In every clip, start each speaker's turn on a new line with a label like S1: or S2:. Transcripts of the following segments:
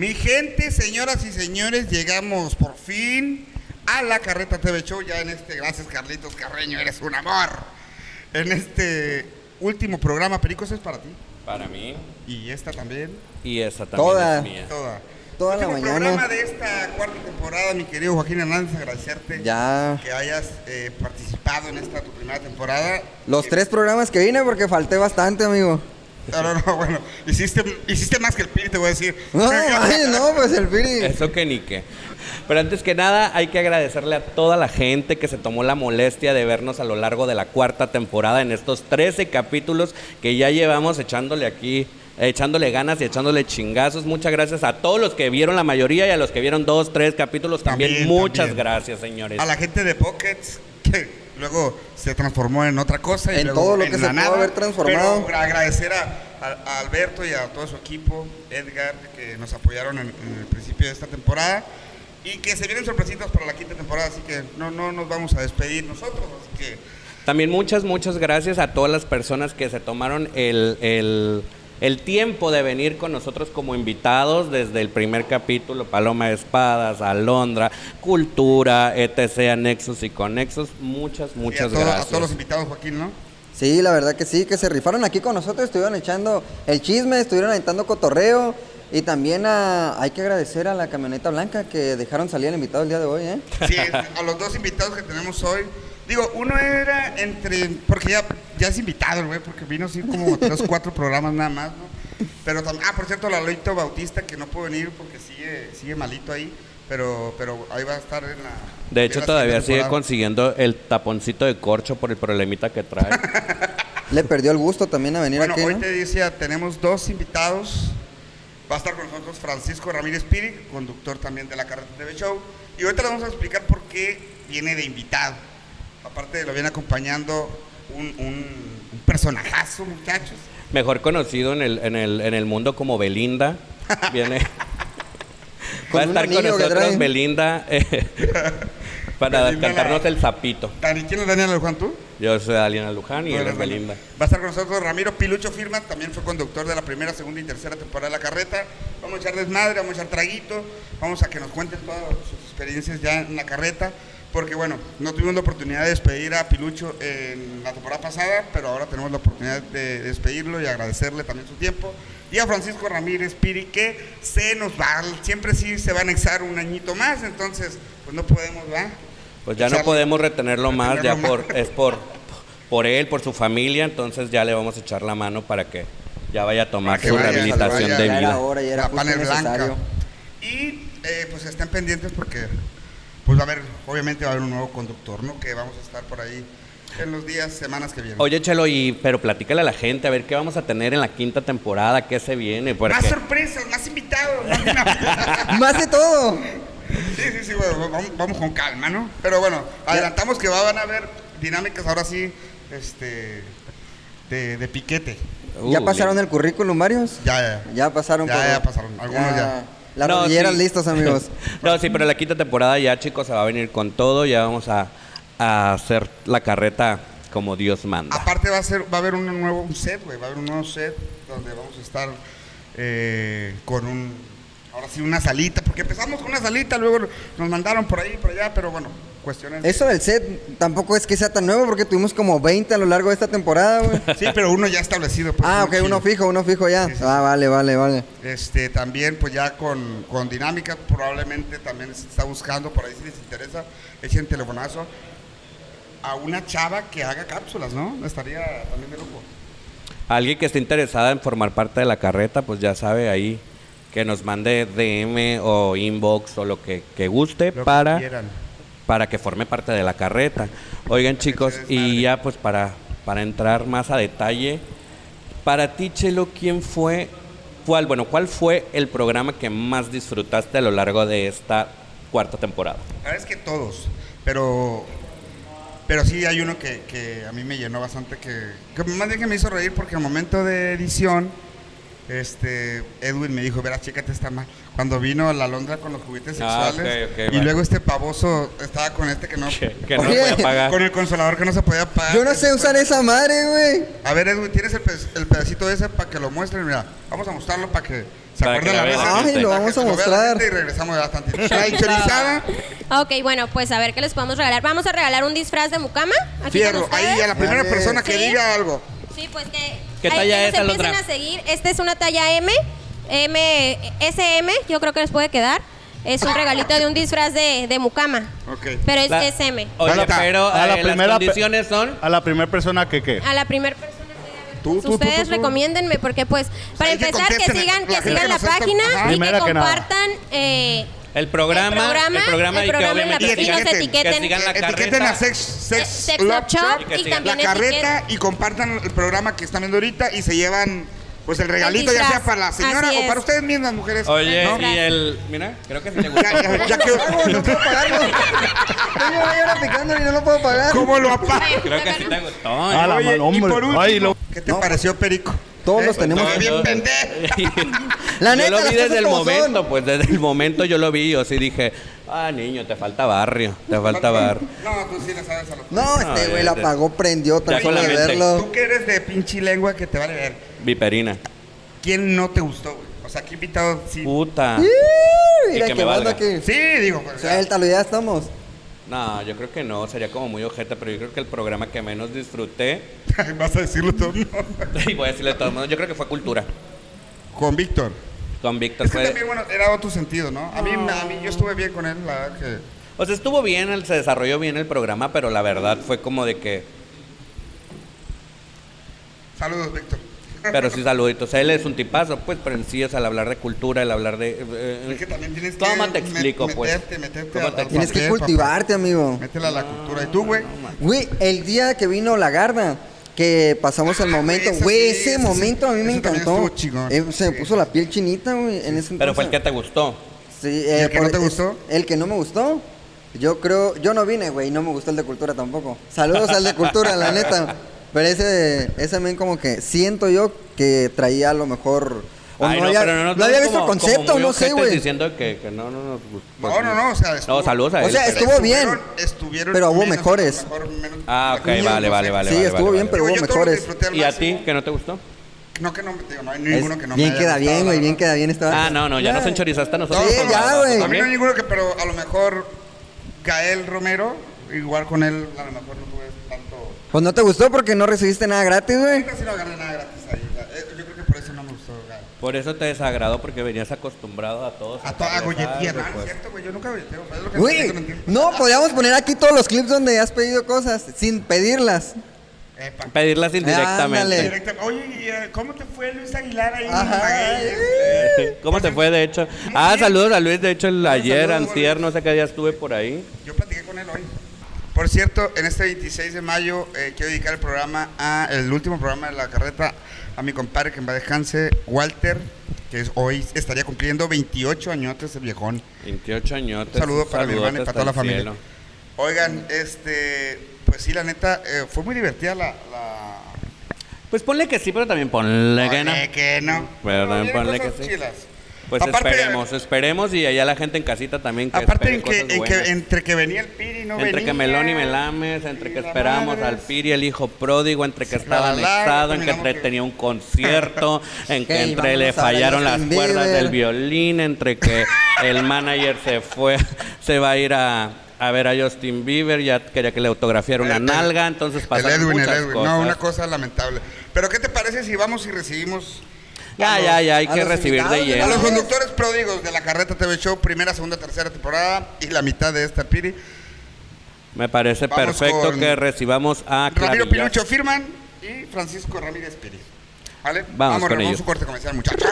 S1: Sí, señoras y señores, llegamos por fin a la Carreta TV Show. Ya en este, gracias Carlitos Carreño, eres un amor. En este último programa, Pericos es para ti.
S2: Para mí.
S1: Y esta también.
S2: Y esa también
S3: Toda.
S2: es mía.
S1: Toda.
S3: Toda la
S1: último
S3: mañana.
S1: programa de esta cuarta temporada, mi querido Joaquín Hernández, agradecerte
S3: Ya.
S1: que hayas eh, participado en esta tu primera temporada.
S3: Los
S1: Eh,
S3: tres programas que vine porque falté bastante, amigo.
S1: No, no, no, bueno, hiciste, hiciste más que el PIB, te voy a decir.
S3: No, ay, no, pues el Piri.
S2: Eso que ni qué. Pero antes que nada, hay que agradecerle a toda la gente que se tomó la molestia de vernos a lo largo de la cuarta temporada en estos 13 capítulos que ya llevamos echándole aquí, echándole ganas y echándole chingazos. Muchas gracias a todos los que vieron la mayoría y a los que vieron dos, tres capítulos también.
S1: También,
S2: Muchas
S1: también.
S2: gracias, señores.
S1: A la gente de Pockets, que luego se transformó en otra cosa. Y
S3: En
S1: luego
S3: todo lo
S1: en
S3: que
S1: la
S3: se pudo
S1: nada.
S3: haber transformado.
S1: Pero agradecer a, a- a Alberto y a todo su equipo, Edgar, que nos apoyaron en, en el principio de esta temporada. Y que se vienen sorpresitas para la quinta temporada, así que no, no nos vamos a despedir nosotros. Así que
S2: También muchas, muchas gracias a todas las personas que se tomaron el, el- el tiempo de venir con nosotros como invitados desde el primer capítulo, Paloma de Espadas, Alondra, Cultura, etc., Anexos y Conexos. Muchas,
S1: y
S2: muchas
S1: a, todo- a
S2: gracias.
S1: todos los invitados, Joaquín, ¿no?
S3: Sí, la verdad que sí, que se rifaron aquí con nosotros, estuvieron echando el chisme, estuvieron aventando cotorreo. Y también a- hay que agradecer a la camioneta blanca que dejaron salir al invitado el día de hoy, ¿eh?
S1: Sí, es- a los dos invitados que tenemos hoy. Digo, uno era entre. Porque ya, ya es invitado, el güey, porque vino así como tres, cuatro programas nada más, ¿no? Pero tam- Ah, por cierto, Laloito Bautista, que no puede venir porque sigue, sigue malito ahí. Pero, pero ahí va a estar en la.
S2: De hecho,
S1: en la
S2: todavía
S1: siguiente
S2: sigue
S1: temporada.
S2: consiguiendo el taponcito de corcho por el problemita que trae.
S3: Le perdió el gusto también a venir
S1: Bueno,
S3: aquí,
S1: hoy
S3: ¿no?
S1: te decía, tenemos dos invitados. Va a estar con nosotros Francisco Ramírez Piri, conductor también de la Carreta TV Show. Y ahorita le vamos a explicar por qué viene de invitado. Aparte, lo viene acompañando un, un- un personajazo, muchachos.
S2: Mejor conocido en el, en el, en el mundo como Belinda. Viene.
S3: Con
S2: Va a
S3: un
S2: estar con
S3: anillo que
S2: nosotros
S3: traen.
S2: Belinda eh, para
S1: Belinda la-
S2: cantarnos el zapito.
S1: Dani, ¿quién es Daniel Juan tú?
S2: Yo soy Aliana Luján y
S1: Tú
S2: él
S1: eres
S2: es
S1: Daniel.
S2: Belinda.
S1: Va a estar con nosotros Ramiro Pilucho Firma, también fue conductor de la primera, segunda y tercera temporada de La Carreta. Vamos a echar desmadre, vamos a echar traguito, vamos a que nos cuenten todas sus experiencias ya en La Carreta, porque bueno, no tuvimos la oportunidad de despedir a Pilucho en la temporada pasada, pero ahora tenemos la oportunidad de despedirlo y agradecerle también su tiempo. Y a Francisco Ramírez Piri, que se nos va, siempre sí se va a anexar un añito más, entonces pues no podemos, ¿va?
S2: Pues ya
S1: Echarle-
S2: no podemos retenerlo más, ya
S1: retenerlo
S2: por, es por, por él, por su familia, entonces ya le vamos a echar la mano para que ya vaya a tomar
S1: Para que
S2: su
S1: vaya,
S2: rehabilitación
S1: vaya.
S2: de
S3: Ya era
S2: vida.
S3: hora, ya era
S1: la
S3: justo
S1: panel
S3: necesario.
S1: blanca. Y eh, pues estén pendientes porque, pues va a haber, obviamente va a haber un nuevo conductor, ¿no? Que vamos a estar por ahí en los días, semanas que vienen.
S2: Oye, Chelo, y, pero platícale a la gente a ver qué vamos a tener en la quinta temporada, qué se viene. Porque...
S1: más sorpresas, más invitados. más dinámicas.
S3: ¡Más de todo!
S1: sí, sí, sí, bueno, vamos, vamos con calma, ¿no? Pero bueno, adelantamos que van a haber dinámicas ahora sí, este, de, de piquete.
S2: Uh,
S3: ¿Ya pasaron
S2: le-
S3: el currículum, Marios?
S1: Ya, ya.
S3: Ya pasaron
S1: Ya,
S3: por-
S1: ya pasaron. Algunos ya.
S3: Las
S2: No,
S3: rodilleras
S2: sí.
S3: listas, amigos.
S2: no, sí, pero la quinta temporada ya, chicos, se va a venir con todo. Ya vamos a, a hacer la carreta como Dios manda.
S1: Aparte va a ser, va a haber un nuevo un set, güey, va a haber un nuevo set donde vamos a estar eh, con un, ahora sí una salita, porque empezamos con una salita, luego nos mandaron por ahí, por allá, pero bueno, cuestiones.
S3: Eso del set tampoco es que sea tan nuevo porque tuvimos como 20 a lo largo de esta temporada, güey.
S1: Sí, pero uno ya establecido. pues,
S3: ah, ok,
S1: chido.
S3: uno fijo, uno fijo ya.
S1: Sí, sí,
S3: Ah, vale, vale, vale.
S1: Este, también pues ya con, con dinámicas, probablemente también se está buscando, por ahí si les interesa, echen telefonazo a una chava que haga cápsulas, ¿no? Estaría también de lujo.
S2: Alguien que esté interesada en formar parte de la carreta, pues ya sabe ahí que nos mande DM o inbox o lo que, que guste
S1: Lo que
S2: para,
S1: quieran.
S2: para que forme parte de la carreta. Oigan chicos,
S1: se desmadre.
S2: y ya pues para, para entrar más a detalle, para ti Chelo, ¿quién fue, cuál, bueno, cuál fue el programa que más disfrutaste a lo largo de esta cuarta temporada?
S1: La verdad es que todos, pero pero sí hay uno que, que a mí me llenó bastante, que, que más bien que me hizo reír porque al momento de edición Este, Edwin me dijo, verás, chécate está mal. Cuando vino la Londra con los juguetes
S2: Ah,
S1: sexuales.
S2: ok, ok,
S1: y
S2: vale.
S1: luego este pavoso estaba con este que no.
S2: Que, que no
S3: Oye,
S2: puede pagar.
S1: Con el consolador que no se podía pagar.
S3: Yo no sé usar esa madre, güey.
S1: A ver, Edwin, ¿tienes el, ped- el pedacito ese para que lo muestren? Mira, vamos a mostrarlo para que se
S2: Para
S1: acuerde
S2: que la
S1: la
S2: vea la
S1: raza.
S2: gente. Ay, lo
S1: Para
S3: vamos
S1: que
S3: a
S1: lo vea la
S3: mostrar.
S1: gente Y regresamos ya tantito. Tradicionalizada,
S4: Ah, Ok, bueno, pues a ver qué les podemos regalar. Vamos a regalar un disfraz de mucama. Aquí con
S1: fierro.
S4: ustedes.
S1: Ahí a la primera
S3: Ya ves.
S1: persona que
S4: Sí.
S1: diga algo.
S4: Sí, pues que.
S2: ¿Qué
S4: ahí
S2: talla
S4: que
S2: es,
S4: nos
S2: Alondra?
S4: empiecen a seguir. Esta es una talla M, M, SM, yo creo que les puede quedar. Es un regalito de un disfraz de, de mucama.
S1: Ok.
S4: Pero es
S2: La-
S4: SM.
S2: Oye,
S1: Lata.
S2: pero
S5: A la
S2: eh,
S5: primera
S2: las
S5: pe-
S2: condiciones son... Ah,
S5: A la primera persona que qué.
S4: A la primera persona que a ver,
S1: Tú,
S4: pues,
S1: tú, tú,
S4: ustedes
S1: tú, tú.
S4: recomiéndenme porque pues para
S1: ahí que
S4: empezar que,
S1: contesten,
S4: sigan
S1: la
S4: que
S1: gente
S4: sigan
S1: que
S4: la
S1: nos está-
S4: página
S1: Ajá.
S4: y que
S5: Primero que nada.
S4: compartan eh,
S2: El programa,
S4: el programa,
S2: y que
S4: programa
S2: obviamente
S4: y, la-
S1: que
S4: y nos
S1: etiqueten.
S4: etiqueten.
S2: Que sigan la
S1: Etiqueten
S2: carreta.
S1: a Sex, sex,
S4: Eh, Sex
S1: Love
S4: Love Shop
S2: y que
S4: y
S2: sigan.
S4: también
S1: la carreta
S4: etiqueten.
S1: y compartan el programa que están viendo ahorita y se llevan pues el regalito ya
S4: disfraz.
S1: sea para la señora
S4: Así
S1: o
S4: es.
S1: para ustedes mismas mujeres.
S2: Oye,
S1: ¿no?
S2: y el... Mira, creo que se te
S1: Ya,
S2: gustó.
S1: ya- ya que-
S3: Pago, no puedo pagarlo. Yo llevo media hora picándole y no lo puedo pagar.
S1: ¿Cómo lo apaga?
S2: Creo que sí te gustó. ¿eh?
S5: A Ah, la
S1: Oye,
S5: mano,
S1: y
S5: hombre.
S1: por último,
S5: Ay, lo-
S1: ¿qué te pareció Perico?
S3: Todos los tenemos-
S1: estaba bien
S2: Yo-
S1: pendejo.
S3: La neta,
S2: yo lo
S3: las
S2: vi
S3: cosas
S2: desde el
S3: como son.
S2: momento, pues desde el momento yo lo vi, yo sí dije, ah, niño, te falta barrio, te falta barrio.
S1: No, tú sí le sabes a los
S3: No,
S2: No,
S3: este
S2: ya
S3: güey la
S2: te-
S3: apagó, prendió también
S2: con la
S3: de
S2: mente.
S3: verlo.
S1: Tú que eres de pinche lengua que te vale ver.
S2: Viperina.
S1: ¿Quién no te gustó, güey? O sea, ¿qué invitado sí?
S3: Uh.
S2: Puta.
S3: ¡Ih!
S2: Y
S3: Mira
S2: que me
S3: que manda
S2: valga.
S3: aquí.
S1: Sí, digo. pues, ya.
S3: Suéltalo, ya estamos.
S2: No, yo creo que no, sería como muy ojeta, pero yo creo que el programa que menos disfruté,
S1: Vas a decirlo todo. ¿no?
S2: y voy a decirle a todo el mundo, yo creo que fue cultura.
S1: Con Víctor.
S2: Con Víctor
S1: Es que
S2: fue.
S1: también, bueno, era otro sentido, ¿no? A mí, a mí yo estuve bien con él, la verdad que...
S2: O sea, estuvo bien, el- se desarrolló bien el programa, pero la verdad fue como de que.
S1: Saludos, Víctor.
S2: Pero sí, saluditos. Él es un tipazo, pues, pero en sí, es al hablar de cultura, el hablar de. eh,
S1: Es que también tienes que...
S2: ¿Cómo te
S1: me-
S2: explico, pues?
S1: Meterte, meterte
S2: ¿Cómo
S1: al-
S2: te
S1: al
S3: Tienes que
S1: papel, papá.
S3: cultivarte, amigo.
S1: Métela a la cultura. ¿Y tú, güey?
S3: Güey, el día que vino la garda, que pasamos el
S1: Ah,
S3: momento,
S1: güey, eso
S3: güey,
S1: sí,
S3: ese
S1: eso sí.
S3: momento a mí me
S1: Eso también
S3: encantó.
S1: estuvo chingón.
S3: Eh, se me
S1: Sí.
S3: puso la piel chinita, güey, en ese
S2: pero fue el
S3: entonces.
S2: que te gustó.
S3: Sí,
S1: el
S3: eh,
S1: que no
S3: por-
S1: te
S3: es-
S1: gustó?
S3: El que no me gustó. Yo creo, yo no vine, güey, y no me gustó el de cultura tampoco. Saludos al de cultura, la neta. Pero ese, ese men como que siento yo que traía a lo mejor. O
S2: Ay,
S3: no, había, no
S2: tú
S3: había
S2: como-
S3: visto el
S2: como
S3: concepto,
S2: muy
S3: no sé,
S2: ojetes
S3: güey.
S2: diciendo que, que no, no nos gustó.
S1: No, no, no, o sea, estuvo-
S2: No, saludos a
S3: O
S2: él.
S3: sea,
S2: pero-
S3: estuvo bien,
S1: Estuvieron
S3: pero hubo
S1: menos,
S3: mejores.
S1: a lo mejor menos-
S2: Ah, ok, vale, vale, vale.
S3: Sí,
S2: vale,
S3: estuvo
S2: vale,
S3: bien,
S2: vale.
S3: pero
S1: Digo,
S3: hubo
S1: yo todo lo
S3: mejores.
S1: disfruté al
S2: ¿Y a
S1: máximo.
S2: ti, que no te gustó?
S1: No, que no, digo, no hay ninguno
S3: Es-
S1: que no me
S3: bien
S1: haya
S3: queda bien,
S1: gustado,
S3: güey,
S1: la
S3: bien
S1: verdad.
S3: queda bien. Estaba...
S2: Ah, no, no, ya nos
S3: Ay.
S2: enchorizaste a nosotros.
S1: Todos,
S3: Sí, ya,
S1: todos. A mí no
S3: güey.
S1: hay
S2: También.
S1: ninguno que, pero a lo mejor Gael Romero, igual con él, a lo mejor no tuve tanto.
S3: Pues no te gustó porque no recibiste nada gratis, güey.
S1: Casi no agarré nada gratis ahí. la- eh, Yo creo que por eso no me gustó Gael.
S2: Por eso te desagradó, porque venías acostumbrado a todos. Pues,
S1: A toda golletía,
S2: golletierra.
S1: no, no es Ah, cierto, güey. Yo nunca golleteo. es lo que Ah,
S3: pues. Güey,
S1: no entiendo.
S3: no, podríamos poner aquí todos los clips donde has pedido cosas sin pedirlas.
S1: Epa.
S2: Pedirlas indirectamente.
S3: Ándale.
S1: Directa- Oye, ¿y, eh, ¿cómo te fue Luis Aguilar ahí? eh, en
S3: Ajá.
S1: Maguey?
S2: ¿Cómo te fue, de hecho? Ah,
S1: bien.
S2: saludos a Luis, de hecho, el ayer,
S1: saludos,
S2: antier,
S1: Luis.
S2: no sé qué día estuve por ahí.
S1: Yo platiqué con él hoy. Por cierto, en este 26 de mayo eh, quiero dedicar el programa a el último programa de la carreta a mi compadre que en va descanse, Walter, que es- hoy estaría cumpliendo 28 añotes el viejón.
S2: 28 añotes.
S1: Un saludo para mi
S2: saludote
S1: hermano y para
S2: hasta
S1: toda la
S2: el
S1: familia.
S2: cielo.
S1: Oigan, este, pues sí, la neta, eh, fue muy divertida la. la-
S2: Pues ponle que sí, pero también ponle que no.
S1: Ponle que no.
S2: Pero también
S1: vienen
S2: ponle que
S1: cosas
S2: sí.
S1: chilas.
S2: Pues
S1: Aparte-
S2: esperemos, esperemos y allá la gente en casita también que
S1: Aparte, en que,
S2: espere cosas
S1: en que-
S2: buenas.
S1: entre que venía el Piri y no
S2: entre
S1: venía.
S2: que Melón y Melames, entre
S1: y
S2: que
S1: la
S2: esperamos
S1: madre.
S2: al Piri, el hijo pródigo, entre que
S1: Sí,
S2: estaba
S1: la verdad,
S2: anexado, en que
S1: terminamos
S2: entre
S1: que-
S2: tenía un concierto, en que
S3: Ok,
S2: entre le
S3: vámonos a ver
S2: fallaron las
S3: Justin
S2: cuerdas
S3: Bieber.
S2: del violín, entre que el manager se fue, se va a ir a, a ver a Justin Bieber, ya quería que le autografiara una
S1: El- el-
S2: nalga, entonces
S1: Eh, El
S2: pasaron
S1: Edwin, el
S2: muchas
S1: Edwin.
S2: cosas.
S1: No, una cosa lamentable. Pero ¿qué te parece si vamos y recibimos
S2: Ya, ya, ya, hay
S3: a
S2: que
S3: los
S2: recibir de
S3: invitados de la
S1: a
S2: lleno.
S1: los
S3: Así es.
S1: conductores pródigos de la Carreta TV Show, primera, segunda, tercera temporada y la mitad de esta Piri?
S2: Me parece
S1: Vamos
S2: perfecto
S1: con
S2: que recibamos a
S1: Ramiro
S2: Clavillas.
S1: Pilucho firman y Francisco Ramírez Piri. ¿Vale?
S2: Vamos
S1: a
S2: con ello.
S1: su corte comercial, muchachos.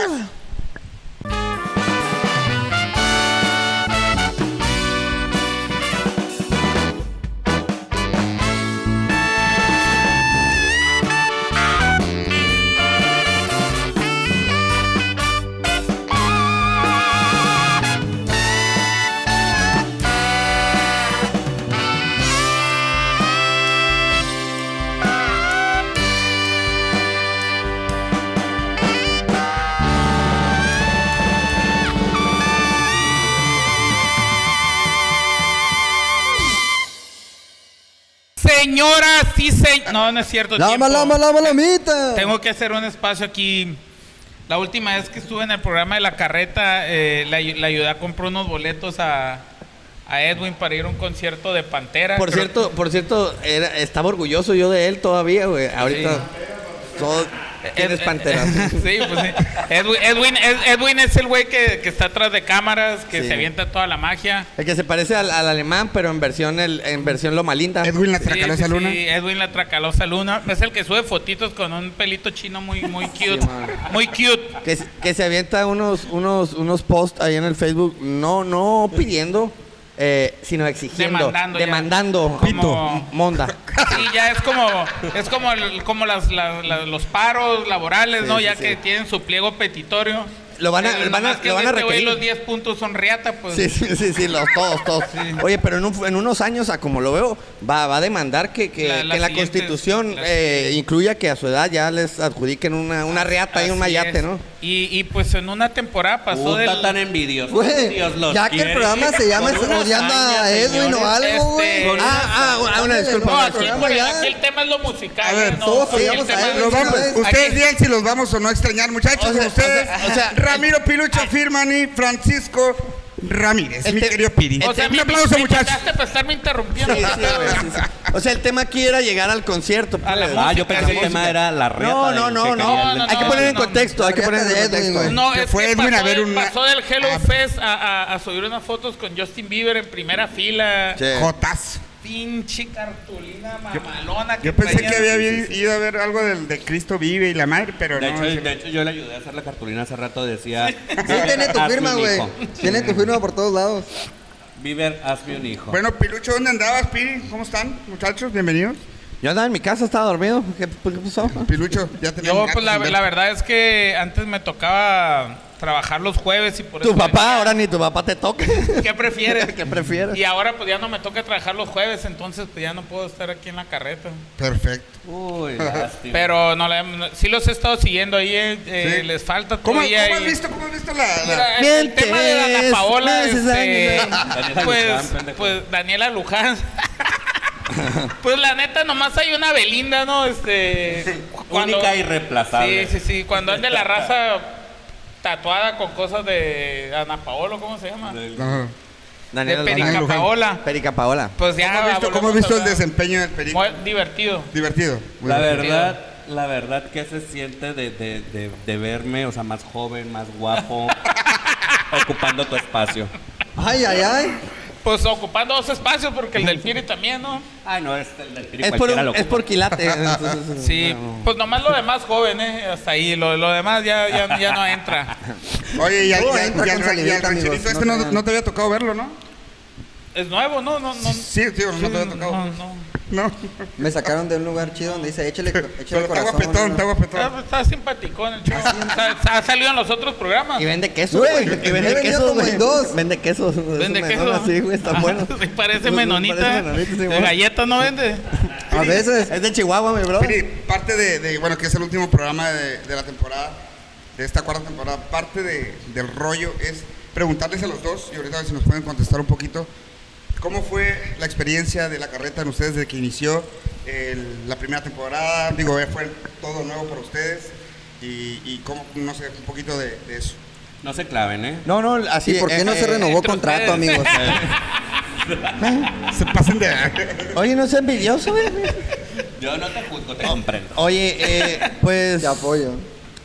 S5: señoras, sí, se... No, no es cierto.
S3: Lama,
S5: tiempo.
S3: lama, lama, lamita.
S5: Tengo que hacer un espacio aquí. La última vez que estuve en el programa de la carreta, eh, la, ayu- la ayudé a comprar unos boletos a, a Edwin para ir a un concierto de Pantera.
S6: Por
S5: Creo-
S6: cierto, por cierto, era- estaba orgulloso yo de él todavía, güey. Ahorita todo
S2: Eh,
S6: tienes
S5: Ed-
S6: pantera.
S5: Sí, pues sí. Edwin, Edwin, Ed- Edwin es el güey que, que está atrás de cámaras, que
S6: Sí.
S5: se avienta toda la magia.
S6: El que se parece al, al alemán, pero en versión el, en versión Loma Linda.
S1: Edwin la
S5: Sí,
S1: Tracalosa
S5: sí,
S1: Luna.
S5: sí, Edwin la Tracalosa Luna. Es el que sube fotitos con un pelito chino muy, muy cute.
S6: man.
S5: muy cute.
S6: Que, se- que se avienta unos, unos, unos posts ahí en el Facebook, no, no pidiendo, eh, sino exigiendo.
S5: Demandando ya.
S6: Demandando.
S5: Pito.
S6: Monda.
S5: Sí, ya es como, es como, el- como las, las- las- los paros laborales,
S6: Sí,
S5: ¿no?
S6: sí,
S5: Ya
S6: sí.
S5: que tienen su pliego petitorio.
S6: Lo van a-
S5: Pero
S6: van a-
S5: nomás que
S6: lo van a
S5: este güey
S6: requerir.
S5: los 10 puntos son riata, pues.
S6: Sí, sí, sí, sí, los, todos, todos.
S5: Sí.
S6: Oye, pero en, un- en unos años, a como lo veo, va, va a demandar que, que-
S5: La- la
S6: que la
S5: siguiente-
S6: Constitución
S5: la
S6: eh,
S5: siguiente.
S6: incluya que a su edad ya les adjudiquen una, una reata y
S5: Así
S6: un mayate,
S5: es.
S6: ¿no?
S5: Y, y pues en una temporada pasó
S2: Puta
S5: del...
S2: tan envidioso.
S3: Güey, ya que el programa se llama Odiando a Edwin o algo, güey.
S5: este,
S6: Ah, ah, ah, una disculpa.
S5: No,
S6: una
S5: aquí,
S6: disculpa.
S5: por el-
S3: ya.
S5: aquí el tema es lo musical.
S1: A ver,
S5: ¿no?
S3: todos
S5: Aquí el
S3: odiamos a
S5: tema
S3: él,
S5: es-
S1: Los vamos-
S3: Aquí-
S1: ustedes digan si los vamos o no a extrañar, muchachos.
S6: O sea,
S1: como ustedes,
S6: o sea, o sea,
S1: Ramiro Pilucho Firman y Francisco Ramírez, mi
S6: Este-
S1: querido Piri.
S5: O sea,
S1: Un aplauso, muchachos.
S5: Gracias por estarme interrumpiendo.
S6: Sí, sí, güey, sí, sí. O sea, el tema aquí era llegar al concierto.
S5: A la
S6: pues.
S2: Ah, yo
S5: música,
S2: pensé que
S5: sí.
S2: el tema era la reta.
S6: No, no,
S2: del
S6: no,
S2: que
S6: no.
S2: quería el-
S5: No, no,
S6: Hay que poner en
S5: no.
S6: contexto, hay que poner en
S3: Reata de
S6: contexto.
S3: Edwin,
S5: No,
S1: Que
S5: es
S1: fue
S5: que
S1: Edwin
S5: pasó,
S1: a ver
S5: del-
S1: una-
S5: pasó del Hello
S1: Ah.
S5: Fest a, a- a subir unas fotos con Justin Bieber en primera fila.
S6: Sí.
S1: Jotas.
S5: Pinche cartulina mamalona.
S1: Yo pensé
S5: traían.
S1: que había ido a ver algo del de Cristo vive y la madre, pero
S2: De
S1: no.
S2: hecho,
S1: ese-
S2: de hecho, yo le ayudé a hacer la cartulina hace rato, decía...
S3: Sí, tiene tu
S2: "Hazme
S3: firma,
S2: un
S3: güey.
S2: ah, hijo".
S3: Tiene tu firma por todos lados.
S2: Bieber, hazme un hijo.
S1: Bueno, Pilucho, ¿dónde andabas, Piri? ¿Cómo están, muchachos? Bienvenidos.
S6: Yo andaba en mi casa, estaba dormido. ¿Qué, qué pasó?
S1: Pilucho, ya teníamos
S5: Yo,
S1: gatos
S5: pues la,
S1: sin ver.
S5: la verdad es que antes me tocaba trabajar los jueves y por eso.
S6: Tu papá,
S5: venía.
S6: ahora ni tu papá te toca.
S5: ¿Qué prefieres?
S6: ¿Qué prefieres?
S5: Y ahora pues ya no me toca trabajar los jueves, entonces pues ya no puedo estar aquí en la carreta.
S1: Perfecto.
S2: Uy, lástima.
S5: Pero no, la- no- sí los he estado siguiendo ahí, eh, eh,
S1: Sí.
S5: les falta
S1: ¿Cómo,
S5: todavía
S1: cómo
S5: ahí.
S1: has visto, cómo has visto la...? la-
S5: Mira, el- el tema de Dana
S6: Mientes,
S5: Paola,
S6: me haces
S5: este,
S2: daño. Daniela Luján,
S5: pues,
S2: pendejo.
S5: pues Daniela Luján. pues la neta, nomás hay una Belinda, ¿no? Este,
S2: Única e y reemplazable.
S5: Sí, sí, sí. Cuando ande la raza tatuada con cosas de Ana Paola, ¿cómo se llama? De,
S1: Ajá.
S6: Daniela
S5: Perica
S6: Luján.
S1: Luján.
S5: Paola.
S6: Perica Paola.
S5: Pues ya.
S1: ¿Cómo has visto, cómo has
S5: volvemos
S1: visto
S5: a
S1: el
S5: hablar.
S1: desempeño del Perico?
S5: Muy divertido.
S1: Divertido. muy
S2: La
S1: divertido.
S2: verdad, la verdad que se siente de, de- de- de verme, o sea, más joven, más guapo, ocupando tu espacio.
S3: Ay, ay, ay.
S5: Pues ocupando dos espacios porque el del Piri también, ¿no?
S2: Ay, no, es el del
S6: Es por, un- es por quilate. entonces,
S5: Sí,
S6: bueno.
S5: pues nomás lo demás joven, ¿eh? Hasta ahí, lo, lo demás ya, ya, ya no entra.
S1: Oye, y al,
S3: Todo
S1: y al-
S3: entra
S1: y al-
S3: con
S1: y al
S3: salivita,
S1: rancherito
S3: amigos,
S1: este
S3: no
S1: no,
S3: crean.
S1: no te había tocado verlo, ¿no?
S5: Es nuevo, no, no, no.
S1: Sí, tío, no te había
S5: No,
S1: tocado.
S5: no.
S1: No.
S3: Me sacaron de un lugar chido donde dice, échale,
S1: Pero
S3: échale
S1: está
S3: corazón.
S1: guapetón,
S3: ¿no?
S1: está
S5: Ah,
S1: guapetón.
S5: pues, Está simpaticón el chico. Sa- sa- Ha salido en los otros programas.
S6: Y vende quesos,
S3: Güey,
S6: güey.
S3: he
S6: Y vende
S3: venido
S6: quesos,
S3: como
S6: güey.
S3: en dos.
S6: Vende quesos.
S5: Vende
S6: esos
S5: queso.
S6: melones, Sí, güey, están
S5: Ah,
S6: buenos.
S5: sí, parece
S6: Los-
S5: menonita.
S6: Parece menonita, sí,
S5: De
S6: güey.
S5: galletas no vende.
S3: A veces.
S6: Es de Chihuahua, mi bro.
S1: Mire, parte de, de- bueno, que es el último programa de, de la temporada, de esta cuarta temporada, parte de- del rollo es preguntarles a los dos, y ahorita a ver si nos pueden contestar un poquito, ¿cómo fue la experiencia de la carreta en ustedes desde que inició el- la primera temporada? Digo, eh, fue todo nuevo para ustedes, y, y cómo, no sé, un poquito de, de eso.
S2: No se claven, ¿eh?
S6: No, no, así.
S3: ¿Y por qué
S6: eh,
S3: no se
S6: eh,
S3: renovó
S5: entre
S3: contrato,
S5: ustedes.
S3: amigos?
S1: Se pasen de...
S6: Oye, no seas envidioso, güey.
S2: Yo no te juzgo, te comprendo.
S6: Oye, eh, pues.
S3: Te apoyo.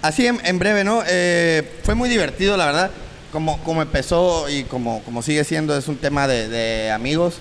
S6: Así en, en breve, ¿no? Eh, fue muy divertido, la verdad. Como, como empezó y como, como sigue siendo, es un tema de, de amigos.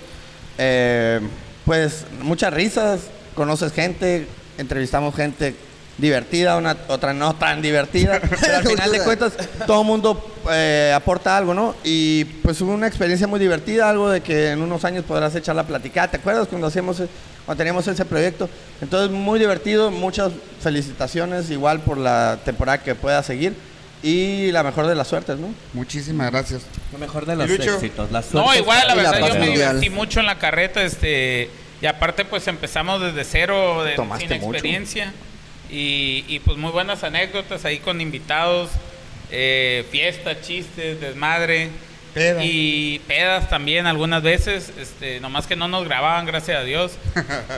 S6: Eh, pues muchas risas, conoces gente, entrevistamos gente divertida, una, otra no tan divertida. Pero al final de cuentas, todo mundo eh, aporta algo, ¿no? Y pues hubo una experiencia muy divertida, algo de que en unos años podrás echar la platicada. ¿Te acuerdas cuando hacíamos, eh, cuando teníamos ese proyecto? Entonces, muy divertido, muchas felicitaciones igual por la temporada que pueda seguir y la mejor de las suertes, ¿no?
S1: Muchísimas gracias.
S2: Lo mejor de los
S1: Lucho.
S2: éxitos, las
S5: No,
S2: suertes
S5: igual, la
S3: y la
S5: verdad, yo
S3: paz
S5: me
S3: mundial.
S5: divertí mucho en la carreta, este, y aparte, pues empezamos desde cero, de,
S6: Tomaste
S5: sin
S6: mucho.
S5: experiencia, y, y, pues muy buenas anécdotas ahí con invitados, eh, fiestas, chistes, desmadre,
S1: Pedas.
S5: Y pedas también algunas veces, este, nomás que no nos grababan, gracias a Dios.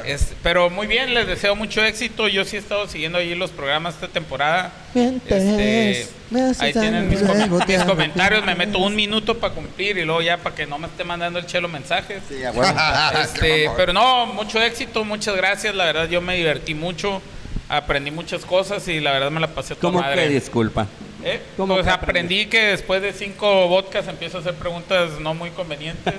S5: Es- pero muy bien, les deseo mucho éxito. Yo sí he estado siguiendo allí los programas esta temporada. Este, ahí tienen mis, com- mis comentarios, me meto un minuto para cumplir y luego ya para que no me esté mandando el chelo mensajes.
S6: Sí, a huevo.
S1: Ah, Qué
S5: Este,
S1: mamón.
S5: pero no, mucho éxito, muchas gracias. La verdad, yo me divertí mucho, aprendí muchas cosas y la verdad me la pasé toda
S2: ¿Cómo que
S5: madre.
S2: disculpa?
S5: ¿Eh?
S2: ¿Cómo
S5: pues
S2: que
S5: aprendí que después de cinco vodkas empiezo a hacer preguntas no muy convenientes.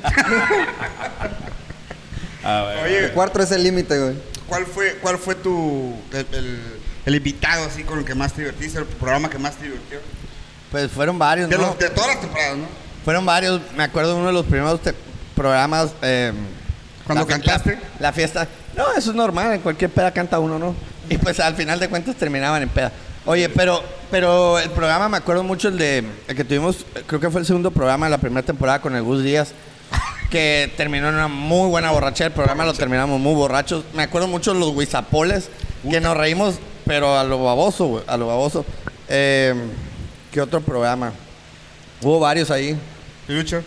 S1: Oye,
S3: Cuarto es el límite, güey.
S1: ¿cuál fue, cuál fue tu. El, el- el invitado así con el que más te divertiste, el programa que más te divirtió?
S6: Pues fueron varios,
S1: De,
S6: ¿no?
S1: los, de todas las temporadas, ¿no?
S6: Fueron varios. Me acuerdo de uno de los primeros te- programas. eh,
S1: ¿Cuando
S6: la fi-
S1: cantaste?
S6: La, la fiesta. No, eso es normal. En cualquier peda canta uno, ¿no? Y pues al final de cuentas terminaban en peda. Oye, pero, pero el programa me acuerdo mucho el de el que tuvimos. eh, Creo que fue el segundo programa de la primera temporada con el Gus Díaz. Que terminó en una muy buena borrachera. El programa lo terminamos muy borrachos. Me acuerdo mucho de los guisapoles. Que nos reímos, pero a lo baboso, güey. A lo baboso. Eh, ¿Qué otro programa? Hubo varios ahí.
S1: Lucho.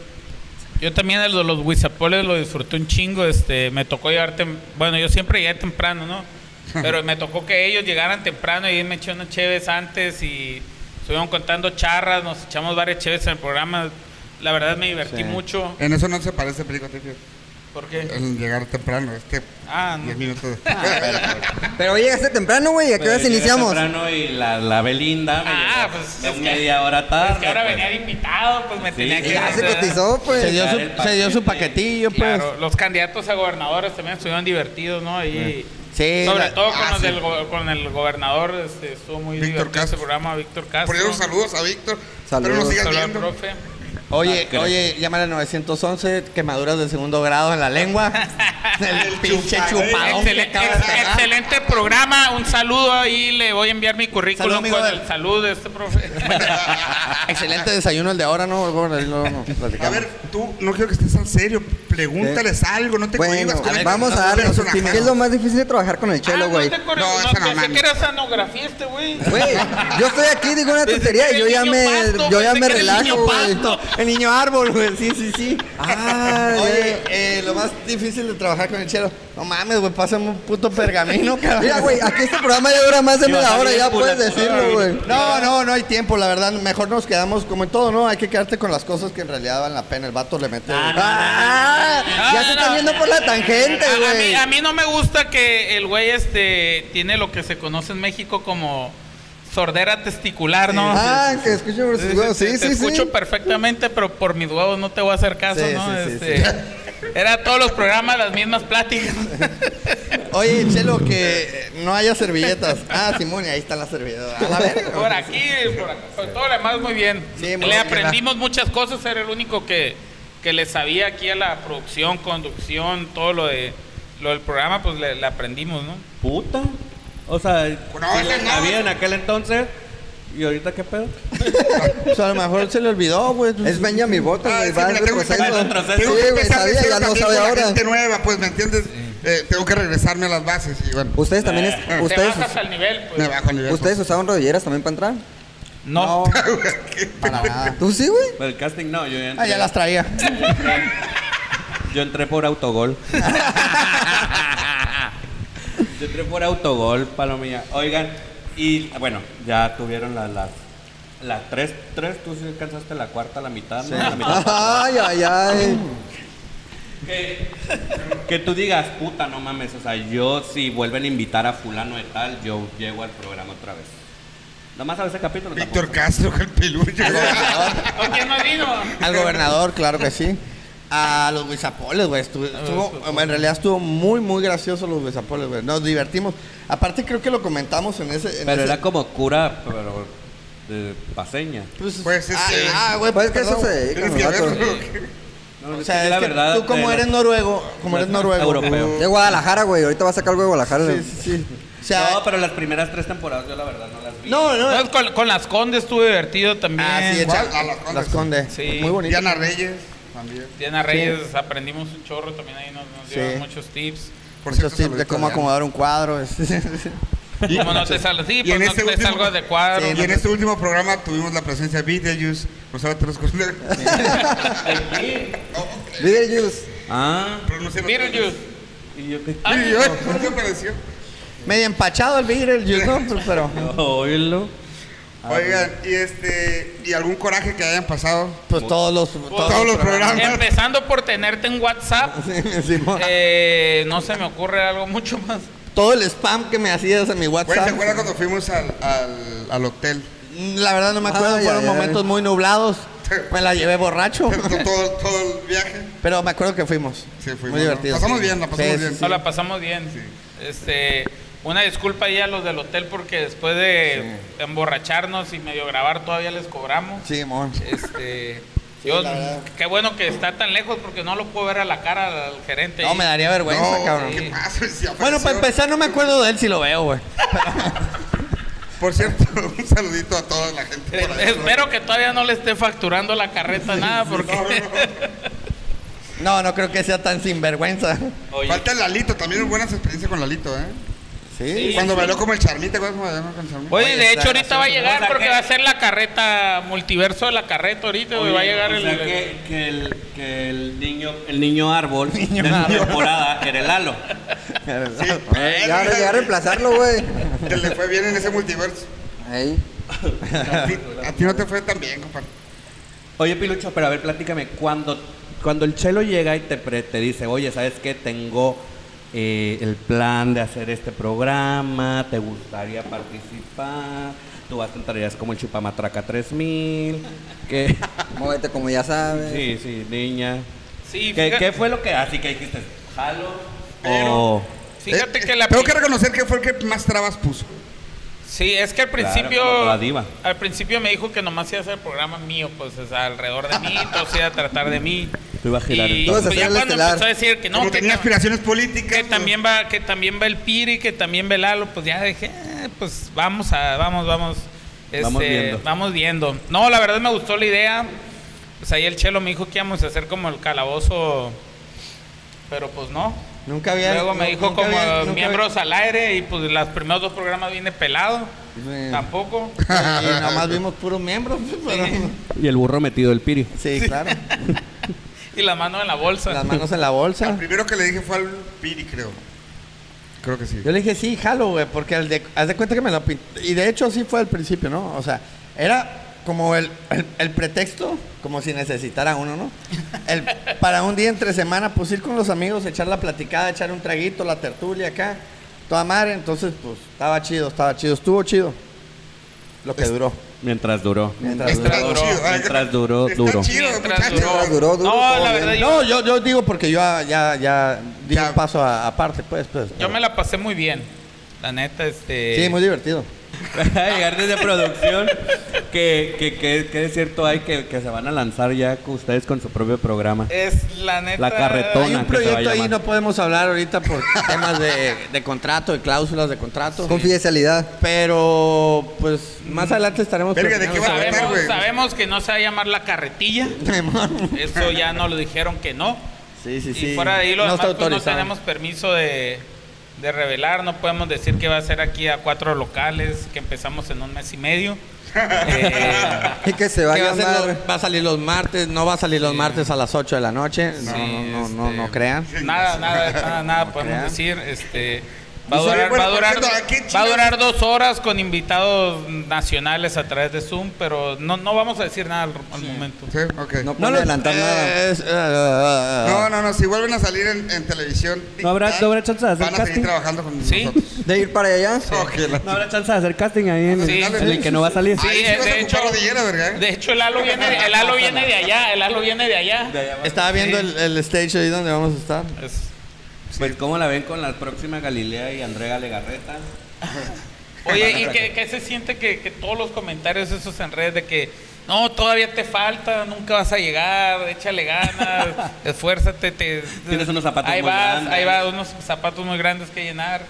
S5: yo también el de los Huizapoles lo disfruté un chingo. Este, me tocó llegar tem- Bueno, yo siempre llegué temprano, ¿no? Pero me tocó que ellos llegaran temprano y me eché unas cheves antes y estuvieron contando charras, nos echamos varias cheves en el programa. La verdad me divertí
S6: Sí.
S5: mucho.
S1: En eso no se parece película, te fijas.
S5: Porque.
S1: El llegar temprano, este.
S5: Ah, no.
S1: 10 minutos.
S3: Pero llegaste temprano, güey. ¿A qué
S2: Pues,
S3: horas iniciamos?
S2: Temprano y la, la Belinda. me
S5: Ah,
S2: llegó
S5: pues,
S2: de
S5: es que-
S2: media hora tarde.
S5: Es que ahora
S2: pues.
S5: venía de invitado, pues me
S2: Sí,
S5: tenía que
S3: Ya se cotizó,
S6: Se
S3: pues.
S6: dio,
S2: el
S6: su,
S2: paquete.
S6: se dio su paquetillo, pues.
S5: Claro, los candidatos a gobernadores también estuvieron divertidos, ¿no? Y
S6: Sí,
S5: sobre
S6: la-
S5: todo con,
S1: ah,
S5: los
S1: sí.
S5: del go- con el gobernador, este, estuvo muy
S1: Víctor
S5: divertido este
S1: Castro.
S5: programa, Víctor Castro.
S1: Por Dios, saludos a Víctor. Pero
S3: Saludos.
S1: no sigas
S5: Saludos al
S1: viendo.
S5: profe.
S6: Oye,
S2: Ah, creo.
S6: oye, llama al 911, quemaduras de segundo grado en la lengua. el pinche chupadón que
S5: Excelente,
S6: acaba de
S5: Eh, ex-
S6: pegar.
S5: excelente programa, un saludo ahí, le voy a enviar mi
S6: Salud,
S5: currículum
S6: amigo
S5: con
S6: de-
S5: el saludo de este profe.
S6: Excelente desayuno el de ahora, ¿no? Luego- luego nos
S1: A
S6: platicamos.
S1: ver, tú, no quiero que estés tan serio. Pregúntales algo, no te cohibas.
S3: Bueno,
S1: tú eres-
S3: vamos a
S1: tú
S3: darle.
S1: eres una
S3: ¿Qué es lo más difícil de trabajar con el
S5: Ah,
S3: chelo, güey?
S5: No, te corre-
S1: No,
S5: no,
S1: esa no
S5: pensé
S1: mames.
S5: que era sanografía este güey.
S3: Güey, yo estoy aquí, digo una tontería y yo ya me, yo ya me relajo, güey.
S6: El niño árbol, güey. Sí, sí, sí.
S3: Ah,
S6: Oye,
S3: ya.
S6: eh, lo más difícil de trabajar con el chelo. No mames, güey, pásame un puto pergamino, cabrón.
S3: Mira, güey, aquí este programa ya dura más de
S2: Y vas
S3: media
S2: a
S3: hora,
S2: bien
S3: ya puedes
S2: culatoso,
S3: decirlo,
S2: güey.
S3: güey.
S6: No, no, no hay tiempo, la verdad. Mejor nos quedamos como en todo, ¿no? Hay que quedarte con las cosas que en realidad valen la pena. El vato le mete.
S3: Ah,
S5: No,
S3: ya se
S5: no,
S3: están
S5: no.
S3: yendo por la tangente,
S5: A- a, mí,
S3: güey.
S5: a mí no me gusta que el güey este tiene lo que se conoce en México como sordera testicular, ¿no?
S3: Ah, que escucho por sus huevos.
S5: Te-
S3: Sí,
S5: te
S3: sí, sí.
S5: escucho perfectamente, pero por mis huevos no te voy a hacer caso,
S6: Sí,
S5: ¿no?
S6: sí, sí,
S5: Este, Era todos los programas las mismas pláticas.
S6: Oye, Chelo, que eh, no haya servilletas. Ah, Simón, y ahí están las servilletas. A la verga, güey.
S5: por aquí, por acá, por todo lo demás muy bien.
S6: Sí,
S5: Le
S6: muy bien.
S5: aprendimos muchas cosas, era el único que, que le sabía aquí a la producción, conducción, todo lo de lo del programa, pues le, le aprendimos, ¿no?
S2: Puta. O sea,
S1: no,
S2: sí la
S1: ese no.
S2: sabía en aquel entonces. ¿Y ahorita qué pedo?
S6: O sea, a lo mejor se le olvidó, güey.
S3: Es Benjamin Button,
S1: Ah,
S3: güey.
S1: sí,
S3: Va
S1: me
S3: en
S1: la tengo que
S3: retroceso.
S1: sacar.
S2: retroceso.
S3: Sí,
S1: Tengo que
S3: güey,
S1: empezar
S3: sabía,
S1: de
S3: ya no
S1: también
S3: sabe
S1: con la
S3: ahora.
S1: gente nueva, pues, ¿me entiendes? Eh, tengo que regresarme a las bases y bueno,
S3: Ustedes también, es-
S5: Te
S3: ustedes,
S5: bajas al nivel, pues.
S1: me bajo el nivel.
S3: ustedes usaban rodilleras también para entrar. Ah.
S5: No.
S6: Para nada.
S3: ¿Tú sí, güey?
S2: Pero el casting no, yo ya
S6: Ah,
S2: entré,
S6: ya las traía.
S2: yo entré por autogol. yo entré por autogol, palomilla. Oigan, y bueno, ya tuvieron las, las, las tres, tres, tú sí alcanzaste la cuarta, la mitad, ¿no? La mitad.
S3: Ay, ay, ay.
S2: Que, que tú digas, puta, no mames, o sea, yo si vuelven a invitar a fulano de tal, yo llego al programa otra vez. Nomás a ese capítulo.
S1: Víctor
S2: tampoco.
S1: Castro, el pilullo.
S5: ¿O quién más vino?
S6: Al gobernador, claro que sí. A los guisapoles, güey. Estuvo, estuvo- en realidad estuvo muy, muy gracioso los guisapoles, güey. Nos divertimos. Aparte, creo que lo comentamos en ese. en
S2: Pero
S6: ese-
S2: era como cura, pero de paseña.
S6: Pues,
S1: Pues,
S6: ah,
S1: este-
S6: ah, güey,
S3: Pues es que
S6: perdón,
S3: eso se
S6: güey.
S3: dedica,
S1: Tienes
S3: mi
S1: que
S3: vato.
S1: verlo.
S6: O sea, es que tú como
S2: de
S6: eres
S2: los-
S6: noruego, como eres
S2: de los
S6: noruego.
S2: Europeo.
S3: De Guadalajara, güey. Ahorita va a sacar algo de Guadalajara.
S6: Sí, sí, sí. O sea,
S2: No, pero las primeras tres temporadas yo la verdad no las vi.
S6: no, no.
S5: Entonces, con, con las condes estuve divertido también.
S6: Ah, sí,
S1: ¿Cuál?
S6: echa-
S1: A las Condes.
S6: las condes.
S5: Sí.
S6: Muy bonito.
S1: Diana Reyes, también.
S5: Diana Reyes, aprendimos un chorro también ahí, nos, nos
S6: Sí.
S5: dieron muchos tips.
S1: Por
S6: Muchos
S1: cierto,
S6: tips de
S1: saluditos,
S6: cómo
S1: Diana.
S6: acomodar un cuadro.
S1: Y-
S5: Como no te sale, sí,
S1: y
S5: pues
S1: en
S5: no
S1: este
S5: te
S1: último-
S5: salgo de cuadro.
S6: Sí,
S1: Y en este último programa tuvimos la presencia de Beetlejuice, nosotros con...
S3: Beetlejuice.
S2: Ah,
S1: Pronunciaron-
S5: Beetlejuice. Ah,
S1: Ay, yo, ¿qué pareció?
S6: Medio empachado el Beetlejuice, ¿no? Pues, Pero,
S2: oírlo.
S6: Ah,
S1: Oigan, y este, y algún coraje que hayan pasado.
S6: pues todos los... Todos,
S1: los programas.
S5: Empezando por tenerte en WhatsApp,
S6: Sí, Simón.
S5: eh, no se me ocurre algo mucho más.
S6: Todo el spam que me hacías en mi
S1: Güey,
S6: WhatsApp. Mm,
S1: ¿se acuerdan cuando fuimos al, al, al hotel?
S6: La verdad no me acuerdo,
S3: Ay,
S6: fueron
S3: ay, ay.
S6: momentos muy nublados. Me la llevé borracho.
S1: Todo, todo- todo el viaje.
S6: Pero me acuerdo que fuimos.
S1: Sí, fuimos,
S6: Muy divertido.
S1: ¿no? Pasamos
S6: sí.
S1: bien, la pasamos
S6: Sí, sí,
S1: bien.
S6: sí.
S5: No la pasamos bien. Este, una disculpa ahí a los del hotel porque después de emborracharnos y medio grabar todavía les cobramos.
S6: Sí, mon.
S5: Este,
S6: Sí,
S5: yo-
S6: la verdad.
S5: qué bueno que está tan lejos porque no lo puedo ver a la cara al gerente.
S6: No,
S5: ahí.
S6: me daría vergüenza,
S1: No,
S6: cabrón.
S1: ¿qué pasa? Si
S6: Bueno, para
S1: apareció.
S6: empezar, no me acuerdo de él si lo veo, güey.
S1: Por cierto, un saludito a toda la gente.
S5: Eh,
S1: por ahí.
S5: Espero que todavía no le esté facturando la carreta nada porque
S1: No, no,
S6: No, no creo que sea tan sinvergüenza.
S1: no.
S5: Oye,
S1: Falta el Lalito, también hubo buenas experiencias con Lalito, ¿eh?
S6: Sí.
S1: cuando bailó como el Charmita, ¿cuándo bailó como el Charmita?
S5: Oye, de
S6: está
S5: hecho ahorita va a
S6: gracioso.
S5: llegar
S2: O sea
S5: porque
S2: que-
S5: va a ser la carreta multiverso de la carreta ahorita güey, va a llegar
S2: o sea
S5: el,
S2: que, que el, que el niño, el niño árbol
S6: Niño
S2: de la
S6: árbol.
S2: temporada era el halo.
S1: Sí, Ah,
S3: Ya, ya, ya reemplazarlo, güey.
S1: Te le fue bien en ese multiverso.
S3: Ahí.
S1: A ti, a ti no te fue tan bien, compadre.
S2: Oye, Pilucho, pero a ver, platícame, cuando, cuando el chelo llega y te, pre- te dice, oye, ¿sabes qué? Tengo eh, el plan de hacer este programa, ¿te gustaría participar? Tú vas a entrarías como el Chupamatraca 3000. ¿Qué?
S3: Móvete como ya sabes.
S2: Sí, sí, niña.
S5: Sí,
S2: ¿Qué,
S5: fíjate-
S2: qué fue lo que así que dijiste? ¿Jalo?
S5: Pero-
S2: o-
S5: Fíjate
S1: Eh,
S5: que la
S1: Tengo
S5: pri-
S1: que reconocer que fue el que más trabas puso.
S5: Sí, es que al principio
S2: como toda diva.
S5: al principio me dijo que nomás iba a hacer programa mío, pues o sea, alrededor de mí, todo se iba a tratar de mí.
S2: Tú ibas a girar el
S5: Y
S2: Tú
S3: ibas a
S5: pues,
S3: ser
S5: ya
S3: el
S5: cuando
S3: estelar.
S5: empezó a decir que no,
S1: Como
S5: que,
S1: tenía
S5: tam-
S1: aspiraciones políticas.
S5: que
S1: pues,
S5: también va que también va el Piri, que también va el Lalo, pues ya dije, eh, pues vamos a vamos vamos
S2: Vamos
S5: este,
S2: viendo.
S5: vamos viendo. No, la verdad me gustó la idea. Pues ahí el chelo me dijo que íbamos a hacer como el calabozo, pero pues no.
S6: Nunca había.
S5: Luego me
S6: nu-
S5: dijo
S6: nunca
S5: como
S6: había- nunca
S5: miembros al aire y pues los primeros dos programas viene pelado.
S6: Sí.
S5: Tampoco.
S6: había- Y nada más vimos puros miembros. pero-
S5: Sí.
S2: Y el burro metido el piri.
S6: Sí, claro.
S5: Y la mano en la bolsa.
S6: Las manos en la
S1: Al
S6: bolsa.
S1: primero que le dije fue al Piri, creo. Creo que sí.
S6: Yo le dije, sí, jalo, güey, porque al de, haz de cuenta que me lo pin- Y de hecho, sí fue al principio, ¿no? O sea, era como el, el, el pretexto, como si necesitara uno, ¿no? El, para un día entre semana, pues ir con los amigos, echar la platicada, echar un traguito, la tertulia acá, toda madre. Entonces, pues, estaba chido, estaba chido, estuvo chido. Lo que duró.
S2: Mientras duró.
S6: Mientras
S1: Está ¿eh?
S6: duró.
S5: duró.
S2: Mientras duró,
S1: Está
S2: duro.
S1: chido,
S5: Mientras
S1: muchachos.
S5: duró.
S3: Duró, duró,
S5: no, la
S3: todo
S5: verdad,
S3: bien.
S5: yo,
S6: No, yo, yo digo porque yo ah, ya, ya di
S1: Ya.
S6: un paso a- aparte, pues, pues.
S5: yo me la pasé muy bien. La neta, este.
S6: Sí, muy divertido.
S2: Va a llegar desde producción que, que, que, que es cierto hay que, que se van a lanzar ya con ustedes con su propio programa.
S5: Es la neta.
S2: La carretona. que se
S6: Hay un
S2: va a
S6: proyecto ahí,
S2: llamar.
S6: no podemos hablar ahorita por temas de, de contrato, de cláusulas de contrato.
S3: Confidencialidad.
S6: Pero, pues, más adelante estaremos...
S1: Verga, ¿de qué va a tratar,
S5: Sabemos,
S1: güey?
S5: sabemos que no se va a llamar la carretilla.
S6: va?
S5: Eso ya no lo dijeron que no.
S6: Sí, sí, sí.
S5: Y fuera de ahí, lo
S6: no
S5: demás,
S6: está
S5: pues, no
S6: autorizado.
S5: tenemos permiso de, de revelar. No podemos decir que va a ser aquí a cuatro locales, que empezamos en un mes y medio. Eh,
S3: Y que se va a
S6: Que va, a ser los-
S3: llamar.
S6: va a salir los martes, no va a salir los martes a las 8 de la noche.
S5: Sí,
S6: No, no, no, no,
S5: este,
S6: no crean.
S5: Nada, nada, nada, nada podemos
S6: crean.
S5: decir. Este, va, a
S1: Y sabe,
S5: durar,
S1: bueno,
S5: va, a
S1: por
S5: durar,
S1: cierto, ¿a qué
S5: va a
S1: chingados?
S5: durar dos horas con invitados nacionales a través de Zoom, pero no, no vamos a decir nada al, al momento.
S1: Sí, ok.
S3: No
S1: No,
S3: puede adelantar nada.
S6: Eh, es- eh,
S1: no, no, si vuelven a salir en, en televisión.
S2: No habrá-
S1: digital,
S2: no habrá chance de hacer
S1: Van a seguir
S2: casting.
S1: trabajando con
S5: Sí.
S1: nosotros.
S3: De ir para allá.
S1: Ok, la-
S2: No habrá chance de hacer casting ahí en,
S5: Sí.
S2: en el que no va a salir.
S5: Sí,
S1: Ahí sí
S5: eh,
S1: vas a
S5: de
S1: ocupar
S5: hecho-
S1: rodillera, verga, ¿eh?
S5: De hecho, el halo viene, el halo viene de allá, el halo viene de allá.
S6: Estaba viendo el, el stage ahí donde vamos a estar.
S5: Es-
S2: Pues cómo la ven con la próxima Galilea y Andrea Legarreta.
S5: Oye, ¿y qué, qué se siente que, que todos los comentarios esos en redes de que no, todavía te falta, nunca vas a llegar, échale ganas, esfuérzate, te,
S2: Tienes unos zapatos
S5: ahí
S2: muy
S5: vas,
S2: grandes.
S5: Ahí vas, unos zapatos muy grandes que llenar.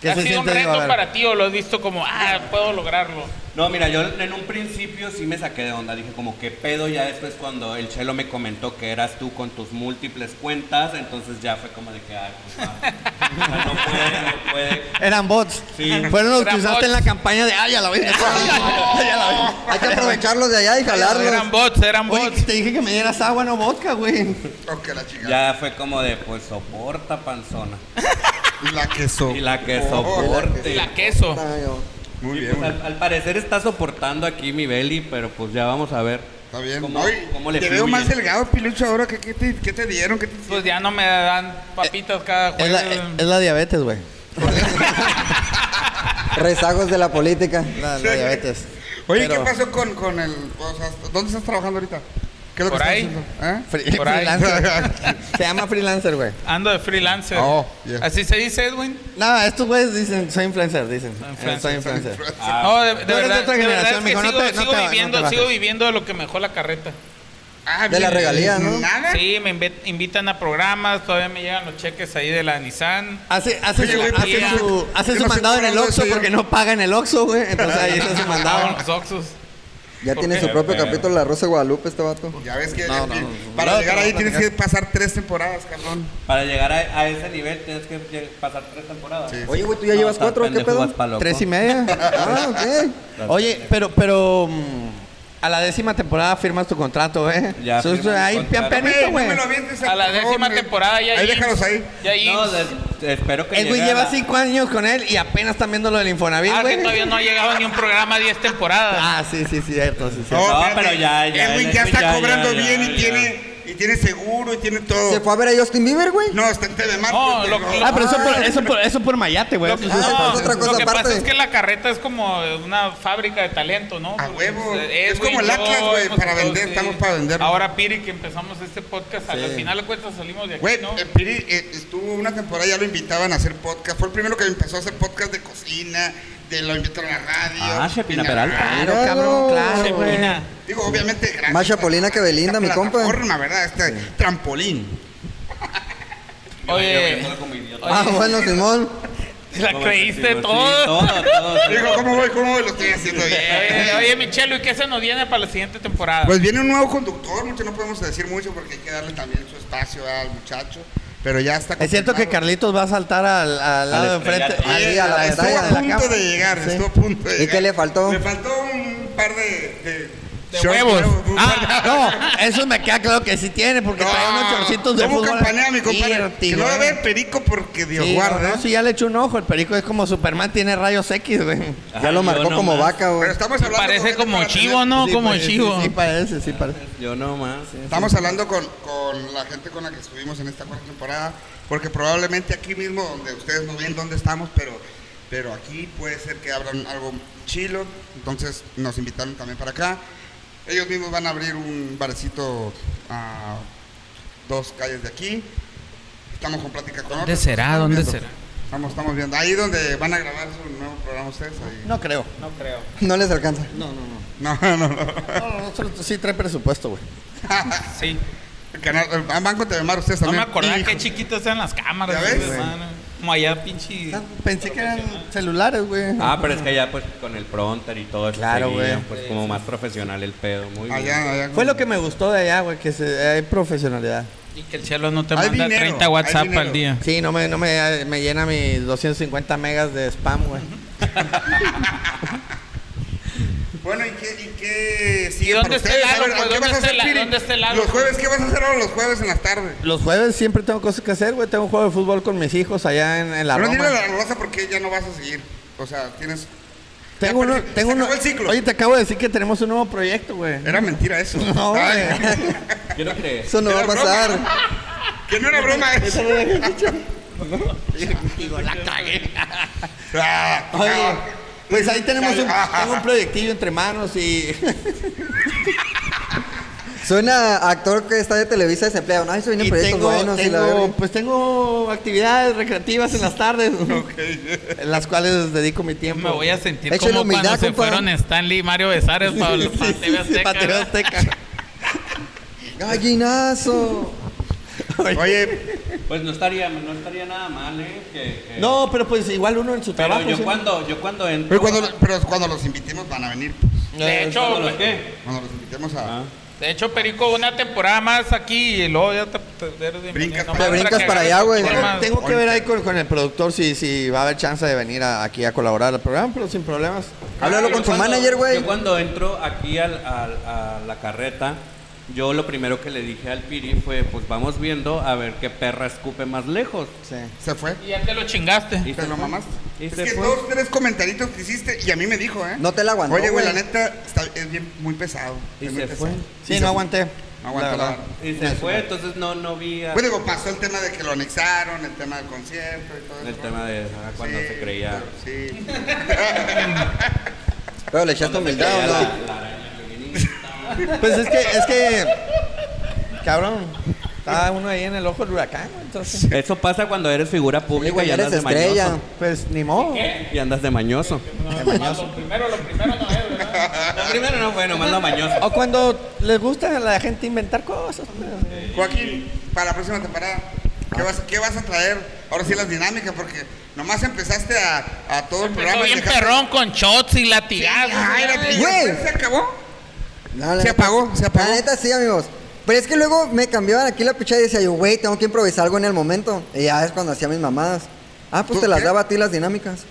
S6: ¿Qué
S5: ¿Ha
S6: se
S5: sido un
S6: siente, Diego? A
S5: reto
S6: ver.
S5: para ti o lo has visto como, ah, puedo lograrlo?
S2: No, mira, yo en un principio sí me saqué de onda. Dije, como que pedo, ya después cuando el chelo me comentó que eras tú con tus múltiples cuentas, entonces ya fue como de que, ay, pues va. O sea, no puede, no puede.
S6: Eran bots.
S2: Sí.
S6: Fueron los
S5: Eran
S6: que usaste
S5: bots.
S6: en la campaña de ¡Ay, ya la vi! Ya la vi.
S3: Hay que aprovecharlos de allá y
S5: Eran
S3: jalarlos.
S5: bots, eran
S6: Oye,
S5: bots.
S6: te dije que me dieras agua, no vodka, güey.
S1: Ok, la chica.
S2: Ya fue como de, pues soporta, panzona.
S1: Oh, La que soporte.
S2: Y la que soporte.
S5: Y la queso.
S1: Muy
S2: Y,
S1: bien.
S2: pues,
S1: muy bien.
S2: al, al parecer está soportando aquí mi Beli, pero pues ya vamos a ver.
S1: Está bien.
S2: ¿Cómo,
S1: Ay,
S2: cómo le
S1: te veo
S2: fluye.
S1: más delgado, Pilucho, ahora. ¿Qué, qué te, qué te dieron? ¿Qué te
S5: Pues ya no me dan
S2: eh,
S5: papitas cada
S6: Es
S5: jueves.
S6: la, es la diabetes, güey.
S3: Rezagos de la política.
S6: La, la diabetes.
S1: Oye,
S6: Pero-
S1: ¿qué pasó con, con el... o sea, ¿Dónde estás trabajando ahorita? ¿Qué es lo
S5: Por
S1: que
S5: ahí.
S1: estás haciendo? ¿Eh?
S6: Fre-
S5: Por ahí.
S6: freelancer. Se llama freelancer, güey.
S5: Ando de freelancer.
S1: Oh, yeah.
S5: Así se dice, Edwin.
S6: No, estos güeyes dicen, soy influencer, dicen.
S5: influencer,
S6: Soy influencer.
S1: Ah,
S5: no, de, de
S6: Ah. Tú eres
S5: verdad,
S6: de otra
S5: de verdad es
S6: generación,
S5: que
S6: mijo, no
S5: sigo,
S6: te- no
S5: sigo
S6: te- no
S5: viviendo,
S6: te bajes.
S5: sigo viviendo de lo que me dejó la carreta.
S1: Ah,
S3: De la
S1: bien.
S3: regalía, ¿no?
S1: Nada.
S5: Sí, me inve- invitan a programas, todavía me llegan los cheques ahí de la Nissan.
S6: Hace, hace
S1: Oye,
S6: su,
S1: güey,
S6: hace
S5: mira.
S6: su- hace
S1: Yo
S6: su
S1: no sé
S6: mandado en el
S1: cómo no
S6: Oxxo
S1: soy yo.
S6: porque no paga en el Oxxo, güey. Entonces ahí está su
S5: Ah,
S6: mandado.
S5: los Oxus.
S3: Ya
S5: ¿Por
S3: tiene
S5: qué?
S3: su propio capítulo La Rosa de Guadalupe este vato.
S1: Ya ves que...
S6: No,
S1: en
S6: no,
S1: fin,
S6: no.
S1: para
S6: No,
S1: llegar
S6: no,
S1: ahí
S6: no,
S1: tienes
S6: no.
S1: que pasar tres temporadas, cabrón.
S2: Para llegar a, a ese nivel tienes que lle- pasar tres temporadas.
S1: Sí.
S3: Oye, güey, tú ya llevas cuatro, ¿qué pedo?
S6: Tres y media.
S3: Ah, ok.
S6: Oye, pero, pero mm, a la décima temporada firmas tu contrato, ¿eh?
S2: Ya
S6: Eso es-
S2: firmé mi
S6: ahí,
S2: contrato.
S6: pian pianito,
S1: Ey, no
S6: güey.
S1: me lo avientes,
S5: A la
S1: por favor,
S5: décima
S1: güey.
S5: temporada ya
S1: Ahí
S5: IMSS,
S1: déjalos ahí.
S5: Ya
S2: No,
S5: IMSS.
S2: des- espero que
S6: El güey
S2: llegue a
S6: lleva
S2: la-
S6: cinco años con él y apenas están viendo lo del Infonavit,
S5: Ah, que
S6: güey.
S5: todavía no ha llegado ni un programa 10 temporadas.
S6: Ah, sí, sí, cierto, sí,
S1: No,
S6: cierto.
S2: No,
S1: espérate.
S2: pero ya, ya,
S1: Edwin ya
S2: ya,
S1: está
S2: ya,
S1: cobrando
S2: ya,
S1: bien y
S2: ya.
S1: tiene... Y tiene seguro y tiene todo.
S3: ¿Se fue a ver a Justin Bieber, güey?
S1: No, está en Telemar.
S5: No,
S1: pues,
S5: lo-
S1: no.
S5: lo-
S6: Ah, pero eso por, eso por, eso por Mayate, güey.
S5: Lo que,
S6: Eso es-
S3: Ah,
S5: no,
S3: es otra cosa
S5: lo que pasa
S3: aparte.
S5: es que la carreta es como una fábrica de talento, ¿no?
S1: A
S5: Porque,
S1: huevo.
S5: pues,
S1: Es
S5: Edwin,
S1: como el
S5: yo,
S1: Atlas, güey,
S5: hemos
S1: para
S5: estado,
S1: vender, estamos para vender.
S5: Ahora, Piri, que empezamos este podcast, al final de cuentas salimos de aquí,
S1: Güey,
S5: ¿no?
S1: el Piri eh, estuvo una temporada, ya lo invitaban a hacer podcast. Fue el primero que empezó a hacer podcast de cocina, de lo invitaron a la radio.
S2: Ah, Chepina
S1: Y-
S2: Peralta.
S6: Claro, cabrón, claro, güey.
S5: Chepina.
S1: Digo, obviamente, gracias.
S3: Más chapolina
S1: a-
S3: que Belinda,
S1: a
S3: mi compa.
S1: plataforma, ¿verdad? Este trampolín.
S5: Oye,
S2: Yo como idiota.
S3: Ah, bueno, Simón.
S5: te la
S2: Como
S5: creíste
S2: imbécil, sí,
S5: todo.
S2: todo, todo.
S1: Digo, ¿cómo voy? ¿Cómo voy? Lo estoy haciendo
S5: Oye,
S1: bien.
S5: Eh, oye, Michelo, ¿y qué se nos viene para la siguiente temporada?
S1: Pues viene un nuevo conductor, mucho no podemos decir mucho porque hay que darle también su espacio al muchacho. Pero ya está.
S6: Es cierto que
S1: confirmado.
S6: Carlitos va a saltar al, al lado de
S2: estrellato.
S6: enfrente.
S1: Sí,
S3: Ahí a la
S1: estuvo
S3: pantalla
S1: a
S3: de la
S1: punto
S6: cámara.
S1: de llegar,
S6: Sí.
S1: estuvo a punto de
S3: ¿Y
S1: llegar.
S3: qué le faltó?
S1: Le faltó un par de... De,
S5: De
S1: shorts
S5: huevos.
S1: un par de-
S6: Ah, no, eso me queda claro que sí tiene, porque trae unos chorcitos de
S1: ¿Cómo
S6: fútbol.
S1: campanea, mi compadre?
S6: Irti,
S1: Que no va a
S6: güey.
S1: ver perico porque Dios
S6: Sí,
S1: guarda. ¿eh?
S6: no, sí, ya le echó un ojo. El perico es como Superman, tiene rayos X, güey.
S3: Ya lo
S2: Ay,
S3: marcó
S2: yo
S3: como
S2: nomás.
S3: vaca,
S1: Pero
S3: güey.
S1: estamos hablando
S5: Parece
S1: con-
S5: como
S1: para tener- pues,
S5: chivo, ¿no?
S6: Sí,
S5: como
S6: parece,
S5: chivo.
S6: Sí, parece, sí parece.
S2: Yo nomás.
S1: Estamos hablando con, con la gente con la que estuvimos en esta cuarta temporada, porque probablemente aquí mismo, donde ustedes no ven dónde estamos, pero, pero aquí puede ser que abran algo chilo, entonces nos invitaron también para acá. Ellos mismos van a abrir un barcito a dos calles de aquí. Estamos con plática con otros,
S5: será?
S1: estamos
S5: ¿Dónde
S1: viendo.
S5: será?
S1: Estamos, estamos viendo. Ahí donde van a grabar su nuevo programa ustedes. ahí.
S6: No creo.
S5: No creo.
S3: No les alcanza.
S1: No, no, no.
S6: No, no, nosotros sí trae presupuesto, güey.
S5: Sí.
S1: El canal, el Banco TV Mar, ustedes
S5: No
S1: también.
S5: me acordaba
S1: Hijo.
S5: qué chiquitas eran las cámaras.
S1: ¿Ya ves?
S5: güey, hermano. Como allá, pinche.
S6: Pensé que eran celulares, güey.
S2: Ah, pero es que allá pues con el pronter y todo eso.
S6: Claro,
S2: seguía,
S6: güey.
S2: Pues como más profesional el pedo. Muy bien.
S1: Allá, allá.
S6: Fue lo que me gustó de allá, güey, que se- hay profesionalidad.
S5: Y que el chelo no te
S1: Hay
S5: manda
S1: dinero,
S5: 30
S1: hay
S5: WhatsApp
S1: dinero.
S5: al día.
S6: Sí, no me, no me, me llena mis 250 megas de spam, güey.
S1: Bueno, ¿y qué, y qué sigue
S5: ¿Y dónde
S1: para
S5: está
S1: ustedes?
S5: el
S1: A ver,
S5: árbol,
S1: ¿a ¿Qué vas a
S5: güey? ¿Dónde está
S1: hacer,
S5: el-
S1: Piri?
S5: dónde está el árbol?
S1: Los jueves, ¿qué vas a hacer ahora los jueves en la tarde?
S6: Los jueves siempre tengo cosas que hacer, güey. Tengo un juego de fútbol con mis hijos allá en, en la
S1: no
S6: Roma.
S1: dile a la raza porque ya no vas a seguir. O sea, tienes...
S6: Tengo
S1: Ya
S6: uno,
S1: perdí-
S6: tengo
S1: se
S6: uno.
S1: acabó el ciclo.
S6: Oye, te acabo de decir que tenemos un nuevo proyecto, güey.
S1: Era mentira eso.
S6: No, güey.
S1: Ay,
S2: Quiero creer.
S3: Eso no va a
S1: Era
S3: pasar.
S1: que no era broma eso.
S6: Digo, la cagué.
S1: Ah,
S6: Oye,
S1: ah.
S6: pues ahí tenemos un,
S1: Ah.
S6: tengo un proyectillo entre manos y.
S3: Suena a actor que está de Televisa desempleado. No, eso viene
S6: y
S3: en proyectos
S6: tengo,
S3: buenos y la
S6: tengo-
S3: verga.
S6: pues tengo actividades recreativas en las tardes, en las cuales dedico mi tiempo.
S5: Me voy a sentir
S3: Échale
S5: como
S3: humildad,
S5: cuando se
S3: compa.
S5: fueron Stanley y Mario Besares para
S6: Sí,
S5: para
S6: sí,
S5: TV
S6: sí,
S5: Azteca.
S6: para TV
S5: ¿verdad?
S6: Azteca.
S3: Gallinazo.
S1: Oye,
S2: Pues no estaría, no estaría nada mal, ¿eh? Que- que-
S6: No, pero pues igual uno en su
S2: pero
S6: trabajo.
S2: yo
S6: sí.
S2: cuando, yo cuando entro.
S1: pero cuando, pero cuando los invitemos van a venir. pues.
S5: De hecho,
S2: ¿Cuándo los qué?
S1: Cuando los invitemos a...
S2: Ah.
S5: De hecho, Perico, una temporada más aquí y luego ya te, te- te- eres bienvenido.
S1: Brincas
S5: Nomás
S1: para-
S3: Te brincas
S5: que
S3: para allá,
S5: agarres
S3: güey.
S5: tus
S6: Tengo,
S5: formas.
S6: tengo que ver ahí con, con el productor si, si va a haber chance de venir a- aquí a colaborar al programa, pero sin problemas.
S1: Ah,
S3: Háblalo
S2: Yo
S3: con su
S2: cuando-
S3: manager, güey.
S2: Yo cuando entro aquí al- al- a la carreta, yo lo primero que le dije al Piri fue, pues vamos viendo a ver qué perra escupe más lejos.
S6: Sí.
S1: ¿Se fue?
S5: Y ya te lo chingaste.
S2: Y
S1: ¿Te
S2: se
S1: lo
S2: fue.
S1: mamaste?
S2: Y
S1: Es
S2: se
S1: que
S2: fue.
S1: dos, tres comentaritos que hiciste y a mí me dijo, ¿eh?
S3: No te la aguantó,
S1: Oye, güey, la
S3: güey.
S1: neta está, es bien, muy pesado.
S2: Y
S1: es muy
S2: se
S1: pesado.
S2: fue.
S6: Sí, no aguanté.
S1: No aguantó
S6: la
S1: la
S6: verdad.
S1: vara.
S2: Y se fue, entonces no, no vi a-
S1: Pues digo, pasó el tema de que lo anexaron, el tema del concierto y todo eso.
S2: el tema de ah, cuando
S1: Sí,
S2: se creía.
S1: pero Sí.
S3: Pero le echaste
S2: cuando se
S3: humildad,
S2: creía
S3: ¿o no?
S2: la- la araña feminista.
S6: Pues es que, es que, cabrón, estaba uno ahí en el ojo del huracán, güey, entonces.
S2: Eso pasa cuando eres figura
S3: Sí,
S2: pública
S3: güey,
S2: y andas
S3: eres
S2: de
S3: estrella.
S2: mañoso.
S6: Pues ni modo.
S2: Y andas de mañoso.
S5: Nomás Lo primero, lo primero no es, ¿verdad?
S2: Lo primero no fue, nomás lo mañoso.
S6: O cuando les gusta a la gente inventar cosas. pues, eh.
S1: Joaquín, para la próxima temporada,
S3: Ah.
S1: ¿qué vas, qué vas a traer? Ahora sí las dinámicas, porque nomás empezaste a, a todo el
S5: Empezó
S1: programa. y
S5: bien
S1: dejaste-
S5: perrón con shots y latigadas.
S1: Ay, la
S5: güey.
S1: tía, ¿Se acabó?
S3: No, la
S1: Se
S3: neta-
S1: apagó, se apagó.
S3: La neta sí, amigos. Pero es que luego me cambió aquí la pichada y decía yo, güey, tengo que improvisar algo en el momento. Y ya es cuando hacía mis mamadas. Ah, pues
S1: ¿Tú
S3: te las
S1: qué?
S3: daba a ti las dinámicas.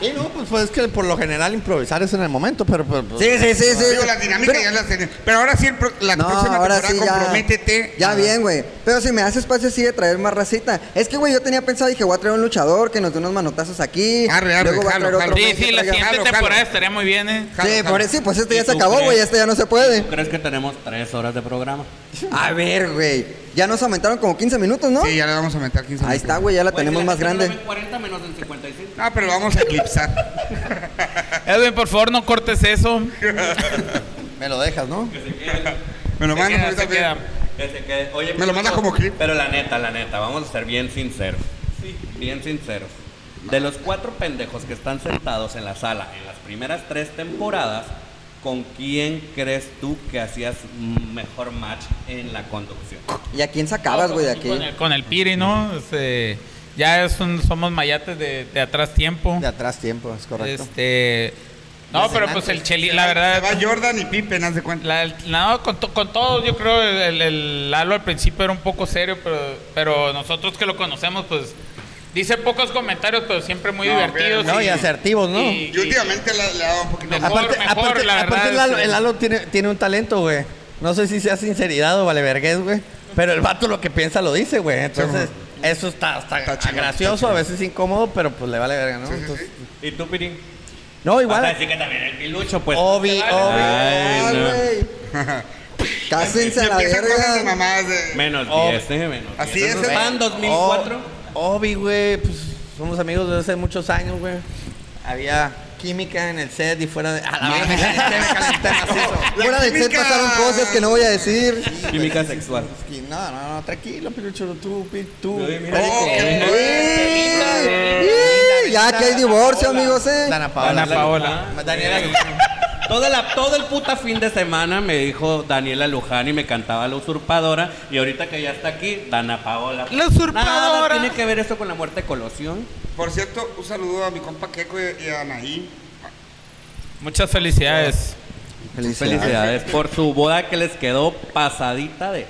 S6: Sí, no, pues, pues es que por lo general improvisar es en el momento, pero... pero- pues,
S3: Sí, sí, sí, sí.
S1: Digo, las dinámicas ya
S3: Pero-
S1: las tenía. Pero ahora sí, el pro- la
S3: No,
S1: próxima
S3: ahora
S1: temporada,
S3: sí, ya.
S1: comprométete. Ah.
S3: Ya bien, güey. Pero si me das espacio, sí, de traer más racita. Es que, güey, yo tenía pensado, dije, voy a traer un luchador que nos dé unos manotazos aquí.
S1: Arre, arre,
S3: luego va a
S1: jalo,
S3: traer otro.
S1: jalo.
S5: Sí,
S3: güey que
S5: sí, la
S3: traiga-
S5: siguiente
S1: jalo, jalo.
S5: temporada estaría muy bien, ¿eh?
S1: Jalo,
S3: Sí,
S1: jalo.
S3: por sí, pues este ya
S2: ¿Y
S3: se
S2: tú
S3: acabó, güey.
S2: crees?
S3: Este ya no se
S2: ¿Tú
S3: puede.
S2: crees que tenemos tres horas de programa?
S3: A ver, güey. Ya nos aumentaron como 15 minutos, ¿no?
S1: Sí, ya le vamos a aumentar 15
S3: Ahí
S1: minutos.
S3: está, güey, ya la tenemos más grande.
S2: En 40 menos en 55.
S1: No, Ah, pero lo vamos a eclipsar.
S5: Edwin, por favor, no cortes eso.
S6: Me lo dejas, ¿no?
S1: Me lo
S5: Se
S1: mandas
S5: queda,
S1: ahorita
S5: se
S1: bien.
S5: queda.
S2: Que se quede. Oye,
S1: Me lo manda como clip.
S2: Pero la neta, la neta, vamos a ser bien sinceros. Bien sinceros. De los cuatro pendejos que están sentados en la sala en las primeras tres temporadas, ¿con quién crees tú que hacías mejor match en la conducción?
S3: ¿Y a quién sacabas, Ah, güey, de aquí?
S5: Con el, con el Piri, ¿no? Este, ya es un- somos mayates de, de atrás tiempo.
S6: De atrás tiempo, es correcto.
S5: Este, no,
S6: Desde
S5: pero
S6: antes.
S5: pues el Cheli, la verdad.
S1: Se va Jordan y Pippen, haz de cuenta.
S5: La, no, con, to- con todos, yo creo, el, el, el Lalo al principio era un poco serio, pero, pero nosotros que lo conocemos, pues, dice pocos comentarios, pero siempre muy
S1: No,
S5: divertidos.
S1: pero-
S6: No, y asertivos, ¿no?
S5: y-
S1: Y últimamente la- le ha dado un poquito
S5: Mejor,
S6: aparte,
S5: mejor,
S6: aparte,
S5: la
S6: aparte
S5: verdad,
S6: el Lalo,
S5: sí.
S6: el Lalo tiene, tiene un talento, güey. No sé si sea sinceridad o vale vergués, güey. Pero el vato lo que piensa lo dice, güey. Entonces, eso está, está
S1: Está chingón,
S6: gracioso,
S1: está chingón.
S6: a veces incómodo, pero pues le vale verga, ¿no?
S1: Sí, sí, sí.
S6: Entonces,
S2: ¿Y tú, Piri?
S6: No,
S2: Igual.
S6: igual.
S2: que también el pilucho, pues.
S6: Obi,
S2: Ay,
S3: Ah,
S2: no.
S3: güey. Cásense a la
S1: empiezan cosas de
S3: verga.
S1: mamadas de...
S2: Menos
S6: Obi.
S2: 10, ¿eh? Menos
S1: Así
S2: 10.
S1: es, Oh.
S2: Eso
S1: eh.
S2: va en 2004.
S6: Obi, güey, pues somos amigos desde hace muchos años, güey. Había química en el set y fuera de. A la
S1: Madre.
S6: verga, calenté, me calenté macizo.
S1: La
S3: Fuera de ser
S1: química.
S3: pasaron cosas que no voy a decir.
S2: Química sexual.
S6: No, no, no, tranquilo, pirucho, tú, pi- tú.
S2: Ay, mira.
S6: perico.
S1: Oh, qué
S3: Uy,
S6: Linda,
S3: uy, Ya
S6: linda,
S3: que hay
S6: Ana
S3: divorcio,
S6: Paola.
S3: amigos, eh.
S6: Dana Paola.
S5: Dana Paola.
S6: Ah, Daniela
S2: Todo, la, todo el puta fin de semana me dijo Daniela Luján y me cantaba La Usurpadora. Y ahorita que ya está aquí, Dana Paola.
S5: La Usurpadora.
S2: Nada tiene que ver eso con la muerte de Colosión.
S1: Por cierto, un saludo a mi compa Keco y y a Anaí.
S5: Muchas felicidades.
S2: Felicidades por su boda que les quedó pasadita de...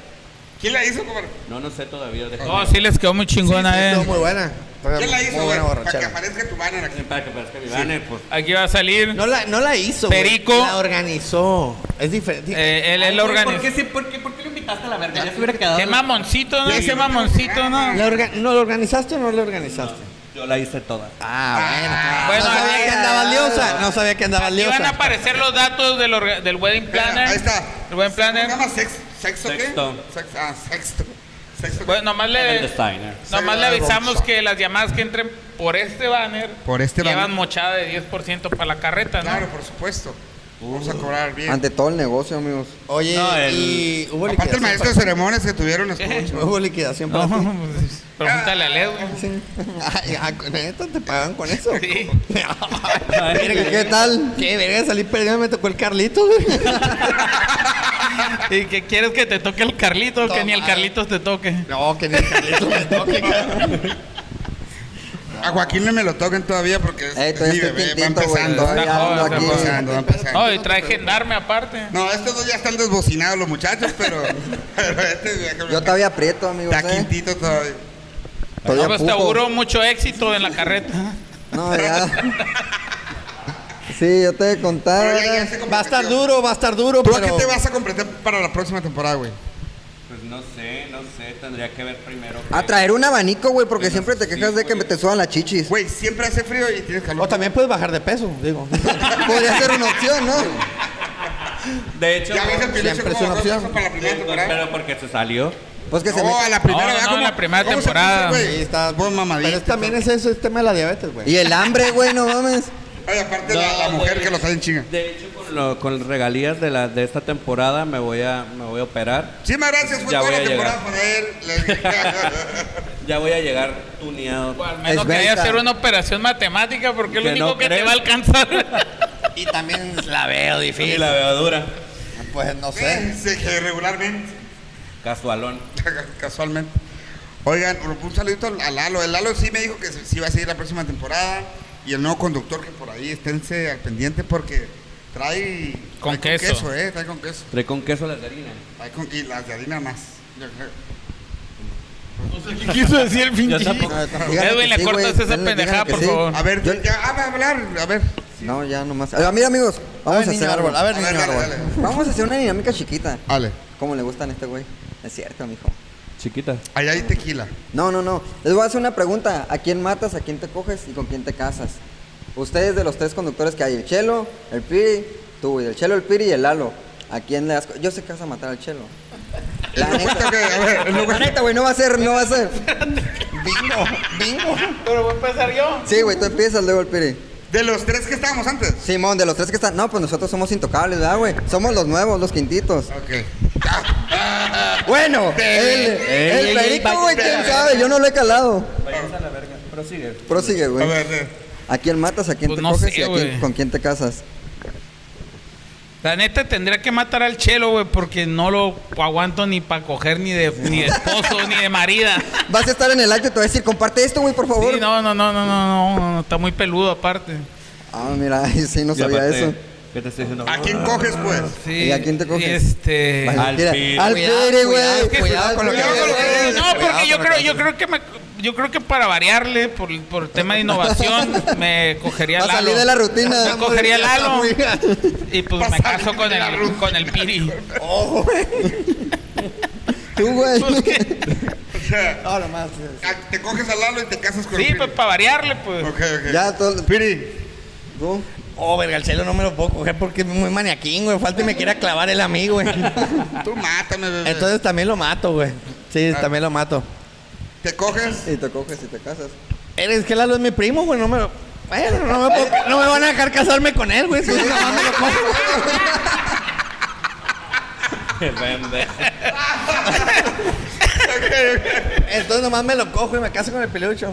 S1: ¿Quién la hizo, compadre?
S2: No, no sé todavía. déjame-
S5: Oh, sí, les quedó muy chingona,
S6: Sí, sí,
S5: eh.
S6: estuvo muy buena.
S1: ¿Quién la hizo,
S6: Muy
S1: güey? Para
S6: buena
S1: que
S6: borrachera.
S1: aparezca tu banner aquí.
S2: Para que parezca mi banner, pues.
S5: Aquí va a salir.
S6: No la, no la hizo, güey.
S5: Perico.
S6: La organizó. Es diferente.
S5: eh, él, él
S2: Ay, güey,
S5: organizó.
S2: ¿por qué, sí- por, qué, ¿Por qué lo invitaste a la verga? Ya se hubiera quedado...
S5: Qué mamoncito, ¿no? Qué mamoncito, ¿no?
S6: ¿La orga- ¿No la organizaste o no la organizaste?
S2: Yo la hice toda.
S6: Ah,
S5: bueno.
S6: no
S5: Bueno,
S6: sabía
S5: ahí-
S6: que andaba liosa. No sabía que andaba
S5: Aquí van a
S6: liosa.
S5: aparecer los datos del, orga- del wedding planner.
S1: Ahí está.
S5: El wedding planner.
S1: ¿Cómo se llama? Sex- ¿Sexto qué?
S2: Sexto.
S1: Sex- Ah, sexto. Sexto.
S5: Bueno, nomás
S2: El
S5: le,
S2: designer.
S5: nomás
S1: Sí,
S5: le avisamos
S1: Robson.
S5: que las llamadas que entren por este banner
S1: Por este
S5: llevan
S1: banner.
S5: mochada de 10% para la carreta, ¿no?
S1: Claro, por supuesto. Vamos a
S5: Uh.
S1: cobrar bien.
S3: Ante todo el negocio, amigos.
S6: Oye,
S2: No, el-
S6: y hubo
S1: Aparte el
S6: liquidación
S1: maestro de
S6: para-
S1: ceremonias que tuvieron estuvo chido.
S6: Hubo liquidación para ti.
S5: No, pues, pregúntale a Leo. güey.
S6: Sí. Ay, ah, ¿con esto te pagan con eso?
S5: Sí.
S6: Ay, verga,
S3: ¿Qué tal?
S6: ¿Qué verga salí perdido? Me tocó el Carlito, güey.
S5: ¿Y que quieres que te toque el Carlito o que ni el
S6: Toma.
S5: Carlitos te toque?
S6: No, que ni el Carlito me toque, cabrón.
S1: A Joaquín no me lo toquen todavía porque es,
S3: Ey,
S1: es
S3: todavía
S1: mi
S3: estoy
S1: bebé. Va
S3: tintito, güey.
S1: empezando.
S3: Todavía
S5: Está
S3: ando
S1: Va
S5: joven, está
S3: aquí.
S1: empezando, va empezando.
S5: No, y trae gendarme aparte.
S1: No, estos dos ya están desbocinados los muchachos, pero. pero este,
S3: Yo todavía aprieto, amigos.
S1: Está
S3: eh.
S1: quintito todavía.
S3: Todavía
S5: No, pues te
S3: pujo.
S5: auguro mucho éxito en la carreta.
S3: No, ya. sí, yo te he contado.
S1: Pero ya- ya se
S6: Va a estar
S1: comprometió.
S6: duro, va a estar duro,
S1: ¿Tú a
S6: pero-
S1: qué te vas a completar para la próxima temporada, güey?
S2: Pues no sé, no sé, tendría que ver primero.
S1: Ah.
S3: A traer un abanico, güey, porque siempre te quejas de que
S2: güey.
S3: te suban las chichis.
S1: Güey, siempre hace frío y tienes calor.
S6: O también puedes bajar de peso, digo.
S3: Podría ser una opción, ¿no?
S2: De hecho,
S1: Ya ves el piloto
S6: Siempre es
S1: como
S6: una opción.
S1: para la primera temporada.
S2: pero porque se salió.
S3: Pues que se
S1: No, a
S3: meta.
S1: la primera,
S5: No,
S1: ¿verdad?
S5: no,
S1: ¿Cómo-
S5: en la primera
S1: cómo se puso,
S5: temporada.
S1: güey?
S6: Sí, está-
S1: Vos mamadito.
S6: Pero también es eso, es tema de la diabetes, güey.
S3: Y el hambre, güey, no mames.
S1: este, Oye, aparte la, la
S2: No,
S1: mujer
S2: güey.
S1: que lo está en chinga.
S2: De hecho, con, lo- con regalías de, la, de esta temporada me voy a, me voy a operar.
S1: Sí, más gracias. Fue
S2: Ya
S1: toda
S2: voy
S1: la
S2: a
S1: temporada para él.
S2: Ya voy a llegar tuneado.
S5: Al menos
S3: Es
S5: que haya
S3: venta.
S5: hacer una operación matemática porque es lo
S2: Que
S5: único
S2: no
S5: que te
S2: creo.
S5: va a alcanzar.
S6: Y también la veo
S2: Sí, la veo dura.
S6: Pues no sé.
S1: Fíjense que regularmente,
S2: Casualón.
S1: casualmente. Oigan, un saludito al Lalo. El Lalo sí me dijo que sí va a seguir la próxima temporada. Y el nuevo conductor que por ahí esténse al pendiente porque trae.
S5: Con
S1: trae
S5: queso.
S1: eh, trae con queso.
S2: Trae con queso las de harina.
S1: Trae con, y las de harina más. yo creo.
S5: ¿Qué quiso decir el
S2: Yo
S5: pinche?
S2: tampoco.
S3: Díganle
S5: Edwin,
S3: que
S5: le
S3: sí, güey,
S5: cortas esa
S3: díganle- díganle
S5: pendejada,
S3: que
S5: por
S3: sí.
S5: favor.
S1: A ver,
S3: Yo-
S1: ya, ah, va a hablar. A ver.
S3: No, ya nomás. Ah, mira, amigos, vamos a,
S6: ver, niño
S3: hacer algo.
S6: árbol, a ver,
S1: A ver,
S6: niño
S1: dale,
S6: árbol.
S1: dale.
S3: Vamos a hacer una dinámica chiquita.
S1: Ale.
S3: Como le gustan a este güey. Es cierto, mijo.
S2: Chiquita.
S1: Allá hay tequila.
S3: No, no, no. Les voy a hacer una pregunta. ¿A quién matas, a quién te coges y con quién te casas? Ustedes de los tres conductores que hay, el Chelo, el Piri, tú, güey, el Chelo, el Piri y el Lalo. ¿A quién le das? co- Yo sé que vas a matar al Chelo. La neta,
S1: cuenta que- a ver, no
S3: la
S1: cuenta.
S3: neta, güey, no va a ser, no va a ser.
S6: Bingo, bingo.
S5: Pero voy a empezar yo.
S3: Sí, güey, tú empiezas luego el Piri.
S1: De los tres que estábamos antes.
S3: Simón, de los tres que están. No, pues nosotros somos intocables, ¿verdad, güey? Somos los nuevos, los quintitos.
S1: Ok.
S3: Bueno, el, el
S2: ey,
S3: perico,
S2: ey,
S3: güey, quién sabe, yo no lo he calado.
S2: Vayamos a la verga. Prosigue.
S3: Prosigue,
S1: A
S3: güey.
S1: ver, eh,
S3: ¿A quién matas, a quién
S5: Pues
S3: te
S5: no
S3: coges
S5: sé,
S3: y a
S5: güey.
S3: quién, con quién te casas?
S5: La neta tendría que matar al chelo, güey, porque no lo aguanto ni para coger ni de, ni de esposo ni de marida.
S3: Vas a estar en el acto y te voy a decir, comparte esto, güey, por favor.
S5: Sí, no, no, no, no, no, no, no, está muy peludo aparte.
S3: Ah, mira, ay, sí, no
S2: Y
S3: sabía
S2: aparte,
S3: eso.
S2: ¿Qué te estoy diciendo?
S1: ¿A quién coges, pues?
S5: Sí,
S3: ¿Y a quién te coges?
S5: Este.
S3: Vaya,
S2: Al
S3: mira,
S2: Piri.
S3: Al
S6: Cuidado,
S3: Piri,
S6: cuidado,
S3: güey.
S6: cuidado con lo que
S1: cuidado con lo que
S3: güey.
S1: dices.
S5: No, porque yo
S6: Cuidado con lo
S5: creo,
S6: que
S5: yo creo que me- yo creo que para variarle por, por el tema de innovación me cogería
S3: Va a
S5: Lalo.
S3: salir de la rutina.
S5: Me cogería a Lalo y
S1: Va
S5: pues
S1: a
S5: me caso
S1: salir
S5: con
S1: de la
S5: el
S1: rutina.
S5: con el Piri.
S3: Tú, güey.
S1: O sea,
S6: No, nomás.
S1: a- te coges al Lalo y te casas con
S5: Sí,
S1: el
S5: pues
S1: Piri.
S5: para variarle pues.
S1: Ok, ok.
S3: Ya, todo.
S1: Piri,
S3: tú.
S6: Oh, verga, el chelo no me lo puedo coger porque es muy maniaquín, güey. Falta y me quiera clavar el amigo, güey.
S1: tú mátame, bebé.
S6: Entonces también lo mato, güey. Sí, también lo mato.
S1: te coges.
S3: Y te coges y te casas.
S6: Eres que Lalo es mi primo, güey. No me lo. Bueno, no me, puedo- no me van a dejar casarme con él, güey. Entonces nada más me lo cojo.
S2: Vende.
S6: Entonces nomás me lo cojo y me caso con el pelucho.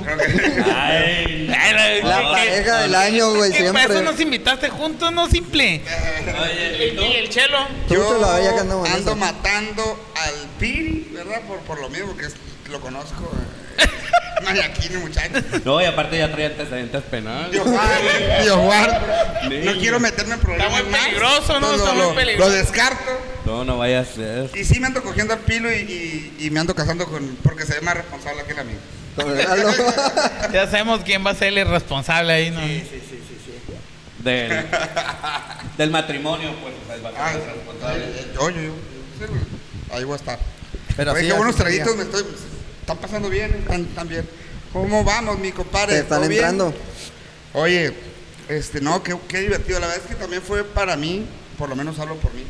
S2: Ay.
S3: La
S5: ¿Qué-
S3: pareja del año, güey,
S5: qué- qué- Para
S3: siempre.
S5: eso nos invitaste juntos, no simple.
S2: Oye, ¿y
S5: El,
S2: tú?
S5: el chelo.
S3: Tú
S1: Yo
S3: te la veías que ando
S1: ando,
S3: bonito.
S1: matando al Piri, ¿verdad? Por, por lo mismo que es- lo conozco. eh, Mayaquino, muchachos.
S2: No, y aparte ya traía antecedentes penales.
S1: Dios guarde, Dios guarde.
S2: Sí.
S1: No quiero meterme en problemas.
S5: Está muy
S1: más.
S5: peligroso, ¿no?
S1: Entonces,
S5: Está
S1: lo,
S5: muy peligroso.
S1: Lo descarto.
S2: No, no vaya a ser.
S1: Y sí me ando cogiendo al pilo y, y- y me ando casando con. Porque se ve más responsable que el amigo.
S3: Con el Lalo.
S5: Ya sabemos quién va a ser el responsable ahí, ¿no?
S2: Del, del matrimonio, pues. el
S1: Ah,
S2: matrimonio es responsable.
S1: eh, yo, yo, yo. Sí, Ahí voy a estar.
S6: Pero
S1: Oye,
S6: así,
S1: qué
S6: así
S1: buenos
S6: sería.
S1: traguitos me estoy. Están pasando bien, están, están bien. ¿Cómo vamos, mi compadre?
S3: Te están
S1: ¿Todo bien?
S3: entrando.
S1: Oye, este, no, qué, qué divertido. La verdad es que también fue para mí, por lo menos hablo por mí,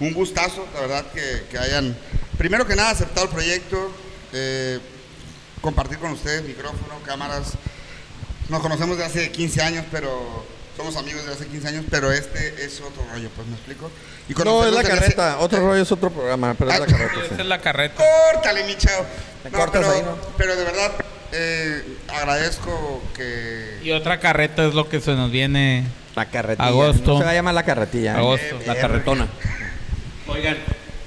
S1: un gustazo, la verdad, que, que hayan, primero que nada, aceptado el proyecto, eh, compartir con ustedes micrófono, cámaras. Nos conocemos de hace 15 años, pero somos amigos de hace 15 años, pero este es otro rollo, pues me explico. Y
S6: No,
S1: conocernos
S6: es la
S1: desde hace-
S6: carreta. Otro rollo es otro programa, pero es
S1: Ah,
S6: la carreta. sí.
S5: Esta es la carreta.
S1: Córtale, mi chavo.
S6: Te
S1: No,
S6: cortas
S1: pero,
S6: ahí, ¿no?
S1: pero de verdad, eh, agradezco que.
S5: Y otra carreta es lo que se nos viene.
S6: La carretilla.
S5: Agosto.
S6: No se va a llamar la carretilla. ¿eh?
S5: Agosto.
S3: eh,
S2: La carretona. Eh, Oigan.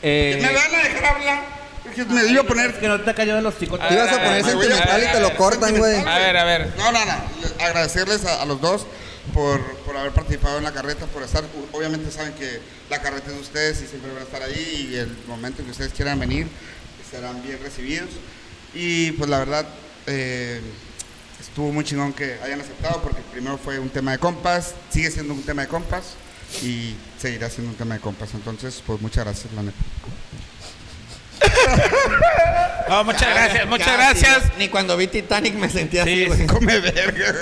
S1: ¿Me van a dejar hablar? Es que me iba a poner.
S2: que no te cayó de los chicos.
S5: Ah,
S3: Te ibas a
S5: Ay,
S3: poner
S5: me voy a-
S3: sentimental y te lo cortan, güey.
S5: A ver, a ver.
S1: No, no, no. Le- Agradecerles a, a los dos por, por haber participado en la carreta, por estar. u- Obviamente saben que la carreta es de ustedes y siempre van a estar ahí y el momento que ustedes quieran venir serán bien recibidos. Y pues la verdad, eh, estuvo muy chingón que hayan aceptado porque primero fue un tema de compas, sigue siendo un tema de compas y seguirá siendo un tema de compas. Entonces, pues muchas gracias, la neta.
S5: No, muchas gracias, muchas gracias.
S6: Ni cuando vi Titanic me sentía
S5: Sí,
S6: así, güey.
S1: Come verga.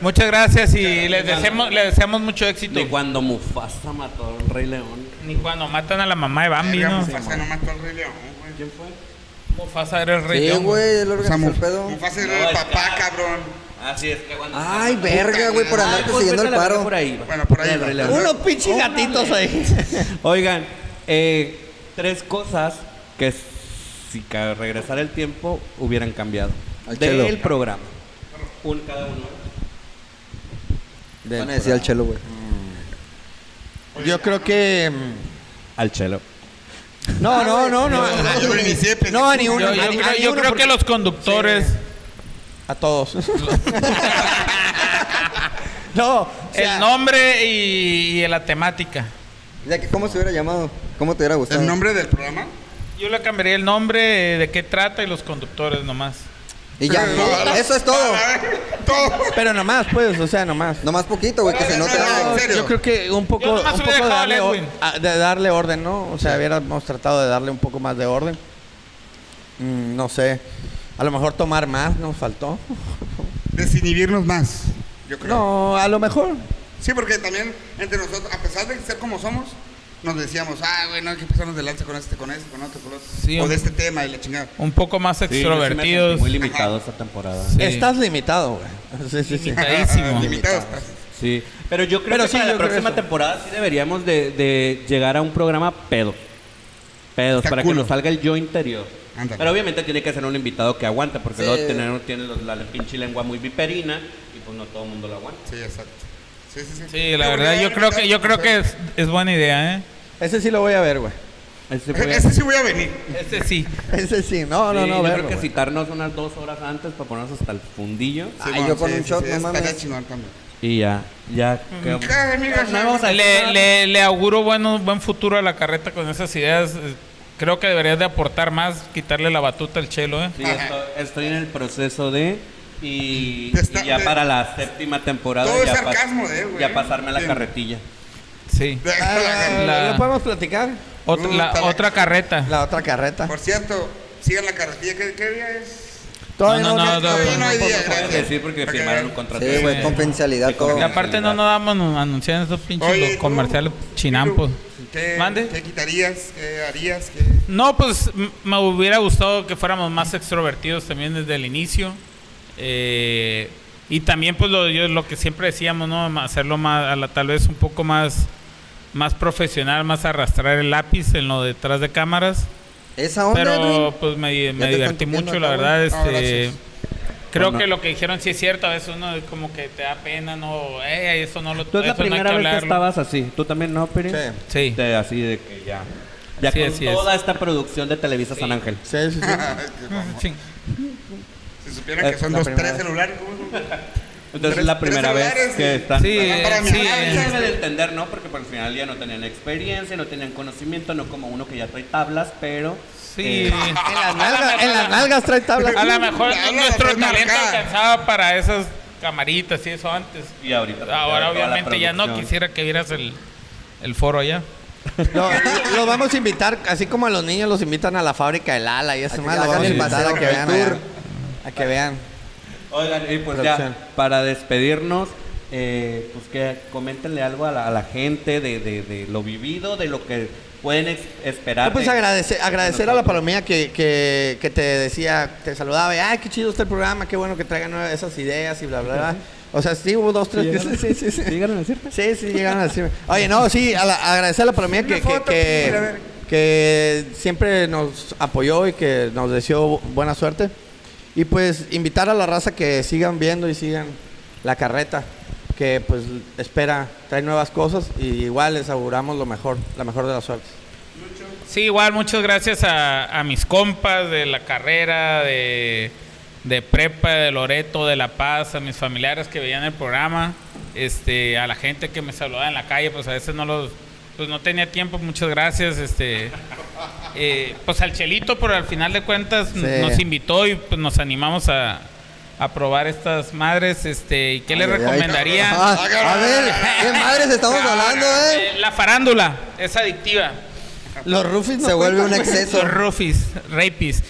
S5: Muchas gracias y les deseamos, les deseamos mucho éxito.
S2: Ni cuando Mufasa mató al Rey León.
S5: Ni cuando matan a la mamá de Bambi,
S1: Verga,
S5: ¿no?
S1: Mufasa no mató al Rey León, güey.
S2: ¿Quién fue?
S5: Mufasa era el rey.
S3: Sí,
S5: león,
S3: güey, él organizó el
S1: Muf-
S3: pedo.
S1: Mufasa
S2: No,
S1: era el
S2: es
S1: papá,
S2: que-
S1: cabrón.
S2: Así es que cuando.
S3: Ay, verga, güey, por
S1: Ay,
S3: andarte
S2: pues,
S3: siguiendo
S2: vete a
S3: el
S2: la verga
S3: paro.
S2: Por ahí va.
S1: Bueno, por ahí
S2: El
S1: va.
S2: Rey León.
S6: Unos pinches gatitos ahí.
S2: Oigan, eh, tres cosas que si ca- regresara el tiempo hubieran cambiado.
S3: Al
S2: del
S3: Chelo.
S2: programa. Un cada uno.
S3: Van a decir al chelo, güey.
S6: Yo creo que.
S2: Al chelo.
S6: No, no, no, no.
S1: Ah, yo lo inicié, pendejo.
S6: No, a ni
S5: Yo,
S6: uno.
S5: yo
S6: a ni- a
S5: creo,
S6: ni
S5: yo
S6: uno
S5: creo
S6: porque-
S5: que los conductores.
S6: A todos. no, o sea,
S5: el nombre y, y la temática.
S3: Ya que, ¿Cómo se hubiera llamado? ¿Cómo te hubiera gustado?
S1: ¿El nombre del programa?
S5: Yo le cambiaría el nombre, eh, de qué trata y los conductores nomás.
S3: Y ya, eso es todo.
S1: todo.
S6: Pero nomás, pues, o sea, nomás.
S3: Nomás poquito, güey, que se
S1: No,
S3: note
S1: no, no,
S3: algo.
S1: en serio.
S6: Yo creo que un poco,
S5: Yo
S6: un
S5: nomás
S6: poco
S5: hubiera
S6: de,
S5: dejado a
S6: darle,
S5: Ledwin.
S6: or- a- de darle orden, ¿no? O sea, hubiéramos tratado de darle un poco más de orden. Mm, no sé. A lo mejor tomar más nos faltó.
S1: Desinhibirnos más, yo creo.
S6: No, a lo mejor.
S1: Sí, porque también entre nosotros, a pesar de ser como somos, nos decíamos, ah, güey, no hay que pasarnos de lanza con este, con este, con otro, con otro.
S5: Sí,
S1: o
S5: un-
S1: de este tema y la chingada.
S5: Un poco más
S2: Sí, yo sí me sentí
S5: extrovertidos.
S2: muy limitado esta temporada.
S5: Sí.
S6: Estás limitado, güey. Sí, sí, sí.
S5: Limitadísimo.
S1: Limitados.
S2: Sí, pero yo creo
S6: Pero
S2: que
S6: sí,
S2: para
S6: yo
S2: la
S6: creo
S2: próxima
S6: eso.
S2: temporada sí deberíamos de, de llegar a un programa pedo. Pedos,
S1: Está
S2: para
S1: culo.
S2: que nos salga el yo interior.
S1: Ándale.
S2: Pero obviamente tiene que ser un invitado que aguante, porque
S3: Sí.
S2: luego tener, tiene los- la, pinche lengua muy viperina y pues no todo el mundo lo aguanta.
S1: Sí, exacto. Sí, sí, sí.
S5: Sí, la verdad, yo creo que, yo creo que es, es buena idea, ¿eh?
S6: Ese sí lo voy a ver, güey.
S2: Ese fue-
S1: Ese sí voy a venir.
S5: Este sí.
S6: Ese sí. No, no,
S2: Sí,
S6: no,
S2: yo
S6: verlo,
S2: creo que
S6: güey.
S2: citarnos unas dos horas antes para ponernos hasta el fundillo
S3: Ay,
S1: Simón,
S3: yo con
S1: sí,
S3: un
S1: sí,
S3: shot,
S1: sí,
S3: no
S1: estaría
S3: mames.
S1: chingón también.
S2: y ya, ya. quedó.
S1: Ay, amiga,
S2: No vamos a-
S5: Le, le- le auguro bueno, buen futuro a la carreta con esas ideas. Eh, Creo que deberías de aportar más, quitarle la batuta al chelo, ¿eh?
S2: Sí, esto- estoy en el proceso de. Y,
S1: Te está-
S2: y ya
S1: te-
S2: para la séptima temporada.
S1: Todo es
S2: ya pas-
S1: sarcasmo de él, güey.
S2: Ya pasarme la
S1: Sí.
S2: carretilla.
S5: Sí.
S6: Ah,
S5: La-
S6: ¿Lo podemos platicar?
S5: Otra, la-
S1: Puta la-
S5: otra carreta.
S6: La otra carreta.
S1: Por cierto, sigan la carretilla. ¿Qué, qué día es?
S6: Todavía
S5: No, no, no, no,
S1: Todavía
S5: no,
S1: hay día,
S2: Puedes
S1: gracias.
S2: decir porque
S1: Ok.
S2: firmaron un contrato.
S3: Sí, güey,
S5: Sí.
S3: confidencialidad todo.
S5: Y aparte no nos damos anunciando esos pinches
S1: Oye,
S5: los
S1: tú,
S5: comerciales chinampos.
S1: ¿Qué,
S5: Mande.
S1: ¿Qué quitarías? ¿Qué harías? ¿Qué?
S5: No, pues m- me hubiera gustado que fuéramos más extrovertidos también desde el inicio. Eh, y también pues lo, yo- lo que siempre decíamos, ¿no? Ma- Hacerlo más, a la- tal vez un poco más, más profesional, más arrastrar el lápiz en lo detrás de cámaras.
S3: Esa onda,
S5: Pero
S3: güey.
S5: pues me, me
S3: te
S5: divertí
S3: están tupiendo
S5: mucho, la
S3: acá,
S5: verdad.
S1: güey. Ah,
S5: Este,
S1: gracias.
S5: creo
S2: Bueno.
S5: que lo que dijeron sí es cierto. A veces uno como que te da pena, no, eh, eso no lo
S2: Tú es la
S5: eso no hay
S2: primera vez que
S5: hablarlo".
S2: estabas así. ¿Tú también no, Piri?
S6: Sí.
S5: Sí.
S2: De- así de que ya. Ya
S5: Sí,
S2: con
S5: así es.
S2: toda esta producción de Televisa San Ángel.
S6: Sí, sí, sí.
S5: Sí.
S1: Si supieran que
S2: Eh,
S1: son
S6: La
S1: los
S6: primera
S1: tres
S6: vez.
S1: celulares. ¿cómo?
S2: Entonces
S1: Tres-
S2: es la
S1: tres
S2: primera vez
S1: celulares
S2: que
S1: y-
S2: están.
S5: Sí,
S2: Bueno,
S1: para mi
S5: sí.
S1: madre,
S2: Se debe de entender, ¿no? Porque por el final ya no tenían experiencia, no tenían conocimiento, no como uno que ya trae tablas, pero.
S5: Sí.
S2: eh,
S6: En las nalgas, en las nalgas trae tabla.
S5: A lo mejor
S1: Habla la
S5: nuestro
S1: voz
S5: talento
S1: marcada.
S5: alcanzaba para esas camaritas y eso antes.
S2: y ahorita. pues, ya
S5: Ahora
S2: toda la
S5: obviamente ya no
S2: producción.
S5: quisiera que vieras el, el foro allá.
S6: Lo, lo vamos a invitar, así como a los niños los invitan a la fábrica del ala y eso
S3: A que
S6: más, lo
S3: hagan
S6: vamos a
S3: el
S6: invitar
S3: paseo,
S6: a que
S3: el
S6: vean.
S3: tour.
S6: allá. A que vean.
S2: Oigan, y pues
S6: Producción.
S2: ya, para despedirnos, eh, pues que coméntenle algo a la, a la gente de, de- de lo vivido, de lo que pueden ex- esperar.
S6: No, pues
S2: de-
S6: agradecer, agradecer a la
S2: nosotros.
S6: palomilla que, que, que te decía, te saludaba, y, ay, qué chido está el programa, qué bueno que traigan nuevas- esas ideas y bla, bla, bla. O sea, sí hubo dos, tres. sí, sí, sí.
S7: ¿Llegaron a decirte?
S6: Sí, sí, llegaron a decirme. Oye, no, sí, a la- agradecer a la palomilla que,
S1: Una
S6: que,
S1: foto,
S6: que-
S1: mira, a ver.
S6: que siempre nos apoyó y que nos deseó buena suerte. Y pues invitar a la raza que sigan viendo y sigan la carreta, que pues espera, trae nuevas cosas y igual les auguramos lo mejor, la mejor de las suertes.
S5: Sí, igual, muchas gracias a, a mis compas de la carrera, de, de prepa, de Loreto, de La Paz, a mis familiares que veían el programa, este, a la gente que me saludaba en la calle, pues a veces no los, pues no tenía tiempo, muchas gracias, este, eh, pues al Chelito, pero al final de cuentas
S6: Sí.
S5: nos invitó y pues, nos animamos a, a probar estas madres, este, ¿y qué le
S3: Ay, ay, ay.
S5: recomendaría?
S3: Ah, a ver, ¿qué madres estamos hablando, eh?
S5: Eh, La farándula, es adictiva.
S6: Los rufis
S3: Se vuelve un exceso.
S5: Los rufis, rapis.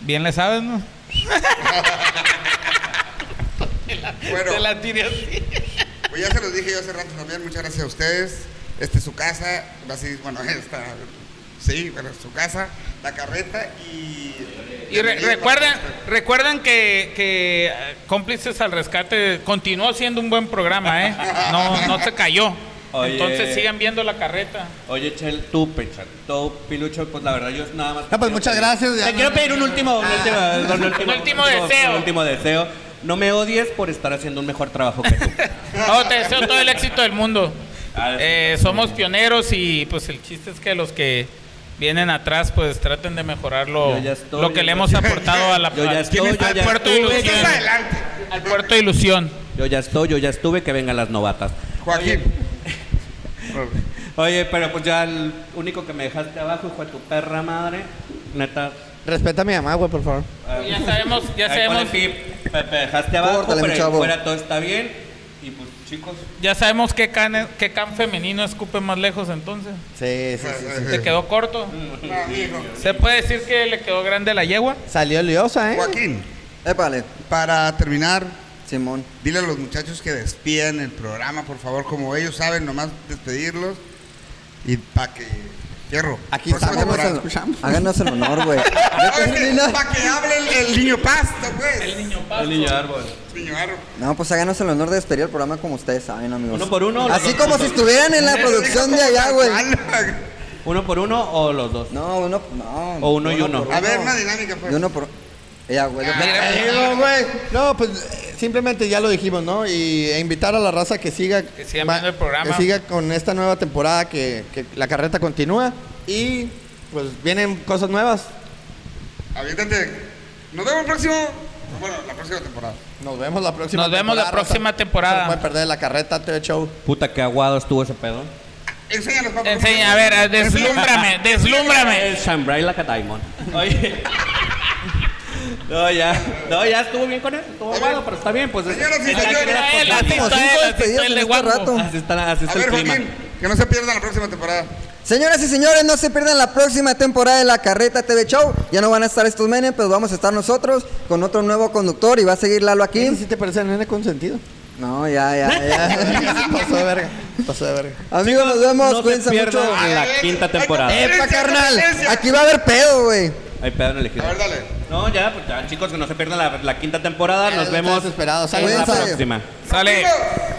S5: Bien le sabes, ¿no?
S1: Bueno,
S5: Te la tiré así.
S1: pues ya se los dije yo hace rato también, muchas gracias a ustedes. Este es su casa, así, bueno, esta, sí, bueno, es su casa, la carreta y...
S5: Y re- recuerden, recuerden que, que, eh, Cómplices al Rescate continuó siendo un buen programa, ¿eh? No, no se cayó.
S2: Oye.
S5: Entonces sigan viendo la carreta.
S2: Oye, Chel, tú, Pecha, tú, Pilucho, pues la verdad yo nada más...
S6: No, pues muchas gracias.
S2: Te
S6: ya no- Ah.
S2: quiero pedir un último, un último, un último,
S5: Un último deseo.
S2: Un último deseo. No me odies por estar haciendo un mejor trabajo que tú.
S5: No, te deseo todo el éxito del mundo.
S2: Ah,
S5: Eh, somos pioneros y pues el chiste es que los que vienen atrás pues traten de mejorar lo,
S2: Yo ya estoy,
S5: lo que
S2: yo
S5: le hemos
S2: ya-
S5: aportado a la,
S2: Yo ya
S5: al-
S2: estoy, yo
S5: al
S2: ya
S5: puerto de
S2: estuve.
S5: ilusión.
S1: Estás adelante.
S5: Al puerto de ilusión.
S2: Yo ya estoy, yo ya estuve, que vengan las novatas.
S1: Joaquín.
S2: Oye, pero pues ya el único que me dejaste abajo fue tu perra madre. Neta.
S6: Respeta a mi mamá, güey, por favor.
S2: eh,
S5: Pues Ya sabemos, ya
S2: ahí pon el
S5: sabemos.
S2: pip. Me me dejaste abajo,
S3: Córtale, mi
S2: pero ahí
S3: chavo.
S2: fuera todo está bien. Y pues, chicos,
S5: Ya sabemos qué can, es- qué can femenino escupe más lejos entonces.
S6: Sí, sí, sí. sí.
S5: Te quedó corto.
S1: No, hijo.
S5: ¿Se puede decir que le quedó grande la yegua?
S6: Salió liosa, ¿eh?
S1: Joaquín,
S3: Épale,
S1: para terminar,
S3: Simón.
S1: dile a los muchachos que despidan el programa, por favor, como ellos saben, nomás despedirlos y para que... Fierro.
S6: Aquí
S1: próxima
S6: estamos,
S1: temporada.
S6: lo escuchamos.
S3: Háganos el honor, güey.
S1: Ah, es que- Para que hable el, el niño pasto, pues. El niño,
S2: el niño árbol.
S1: árbol.
S3: No, pues háganos el honor de despedir el programa como ustedes saben, amigos.
S2: Uno por uno, los
S3: Así
S2: dos
S3: como
S2: juntos.
S3: si estuvieran en la producción de allá, güey.
S2: ¿Uno por uno o los dos?
S3: No, uno, no.
S2: O uno y uno.
S3: por
S1: A ver, una dinámica, pues.
S3: Y uno por. Ya, güey. yo-
S6: Digo, güey. No, pues eh, simplemente ya lo dijimos, ¿no? Y e invitar a la raza que siga,
S5: Que sigan viendo el programa.
S6: que siga con esta nueva temporada, que, que la carreta continúa y pues vienen cosas nuevas.
S1: Aviéntate. Nos vemos el próximo. Bueno, la próxima temporada.
S6: Nos vemos la próxima.
S5: Nos vemos la próxima
S6: raza.
S5: temporada.
S6: No se pueden perder la carreta TV Show.
S2: Puta, qué aguado estuvo ese pedo.
S1: Enséñanos, papá.
S5: Enseña, a ver, deslúmbrame, deslúmbrame.
S2: El Shambray la Diamond. Oye. No, ya. No, ya estuvo bien con él. Estuvo aguado, pero está bien. Pues es-
S1: Señoras y
S2: es la
S1: señores,
S2: crea-
S5: Él,
S2: porque-
S5: así
S3: como
S5: está
S3: cinco
S5: él, así
S3: despedidas
S5: está él
S3: en
S5: de
S3: este
S5: guapo.
S3: rato.
S2: Así está, así
S1: A
S2: está
S1: ver,
S2: el clima.
S1: Joaquín, que no se pierdan la próxima temporada.
S3: Señoras y señores, no se pierdan la próxima temporada de la Carreta TV Show. Ya no van a estar estos menes, pero vamos a estar nosotros con otro nuevo conductor y va a seguir Lalo
S6: ¿Qué?
S3: aquí.
S6: ¿Sí te parece el nene consentido?
S3: No, ya, ya, ya.
S6: Pasó de verga. Pasó de verga.
S3: Amigos, nos vemos.
S2: no se
S3: Cuídense mucho.
S2: pierdan la quinta temporada.
S1: Ay, ay, ay,
S3: Epa,
S1: competencia,
S3: carnal.
S1: competencia.
S3: Aquí va a haber pedo, güey.
S2: Hay pedo en el ejido.
S1: A ver, dale.
S2: No, ya, pues ya, chicos, que no se pierdan la, la quinta temporada. Nos
S6: Ya,
S2: vemos
S6: desesperados.
S2: en la
S3: Cuídense.
S2: próxima.
S5: Sale.
S1: Amigos.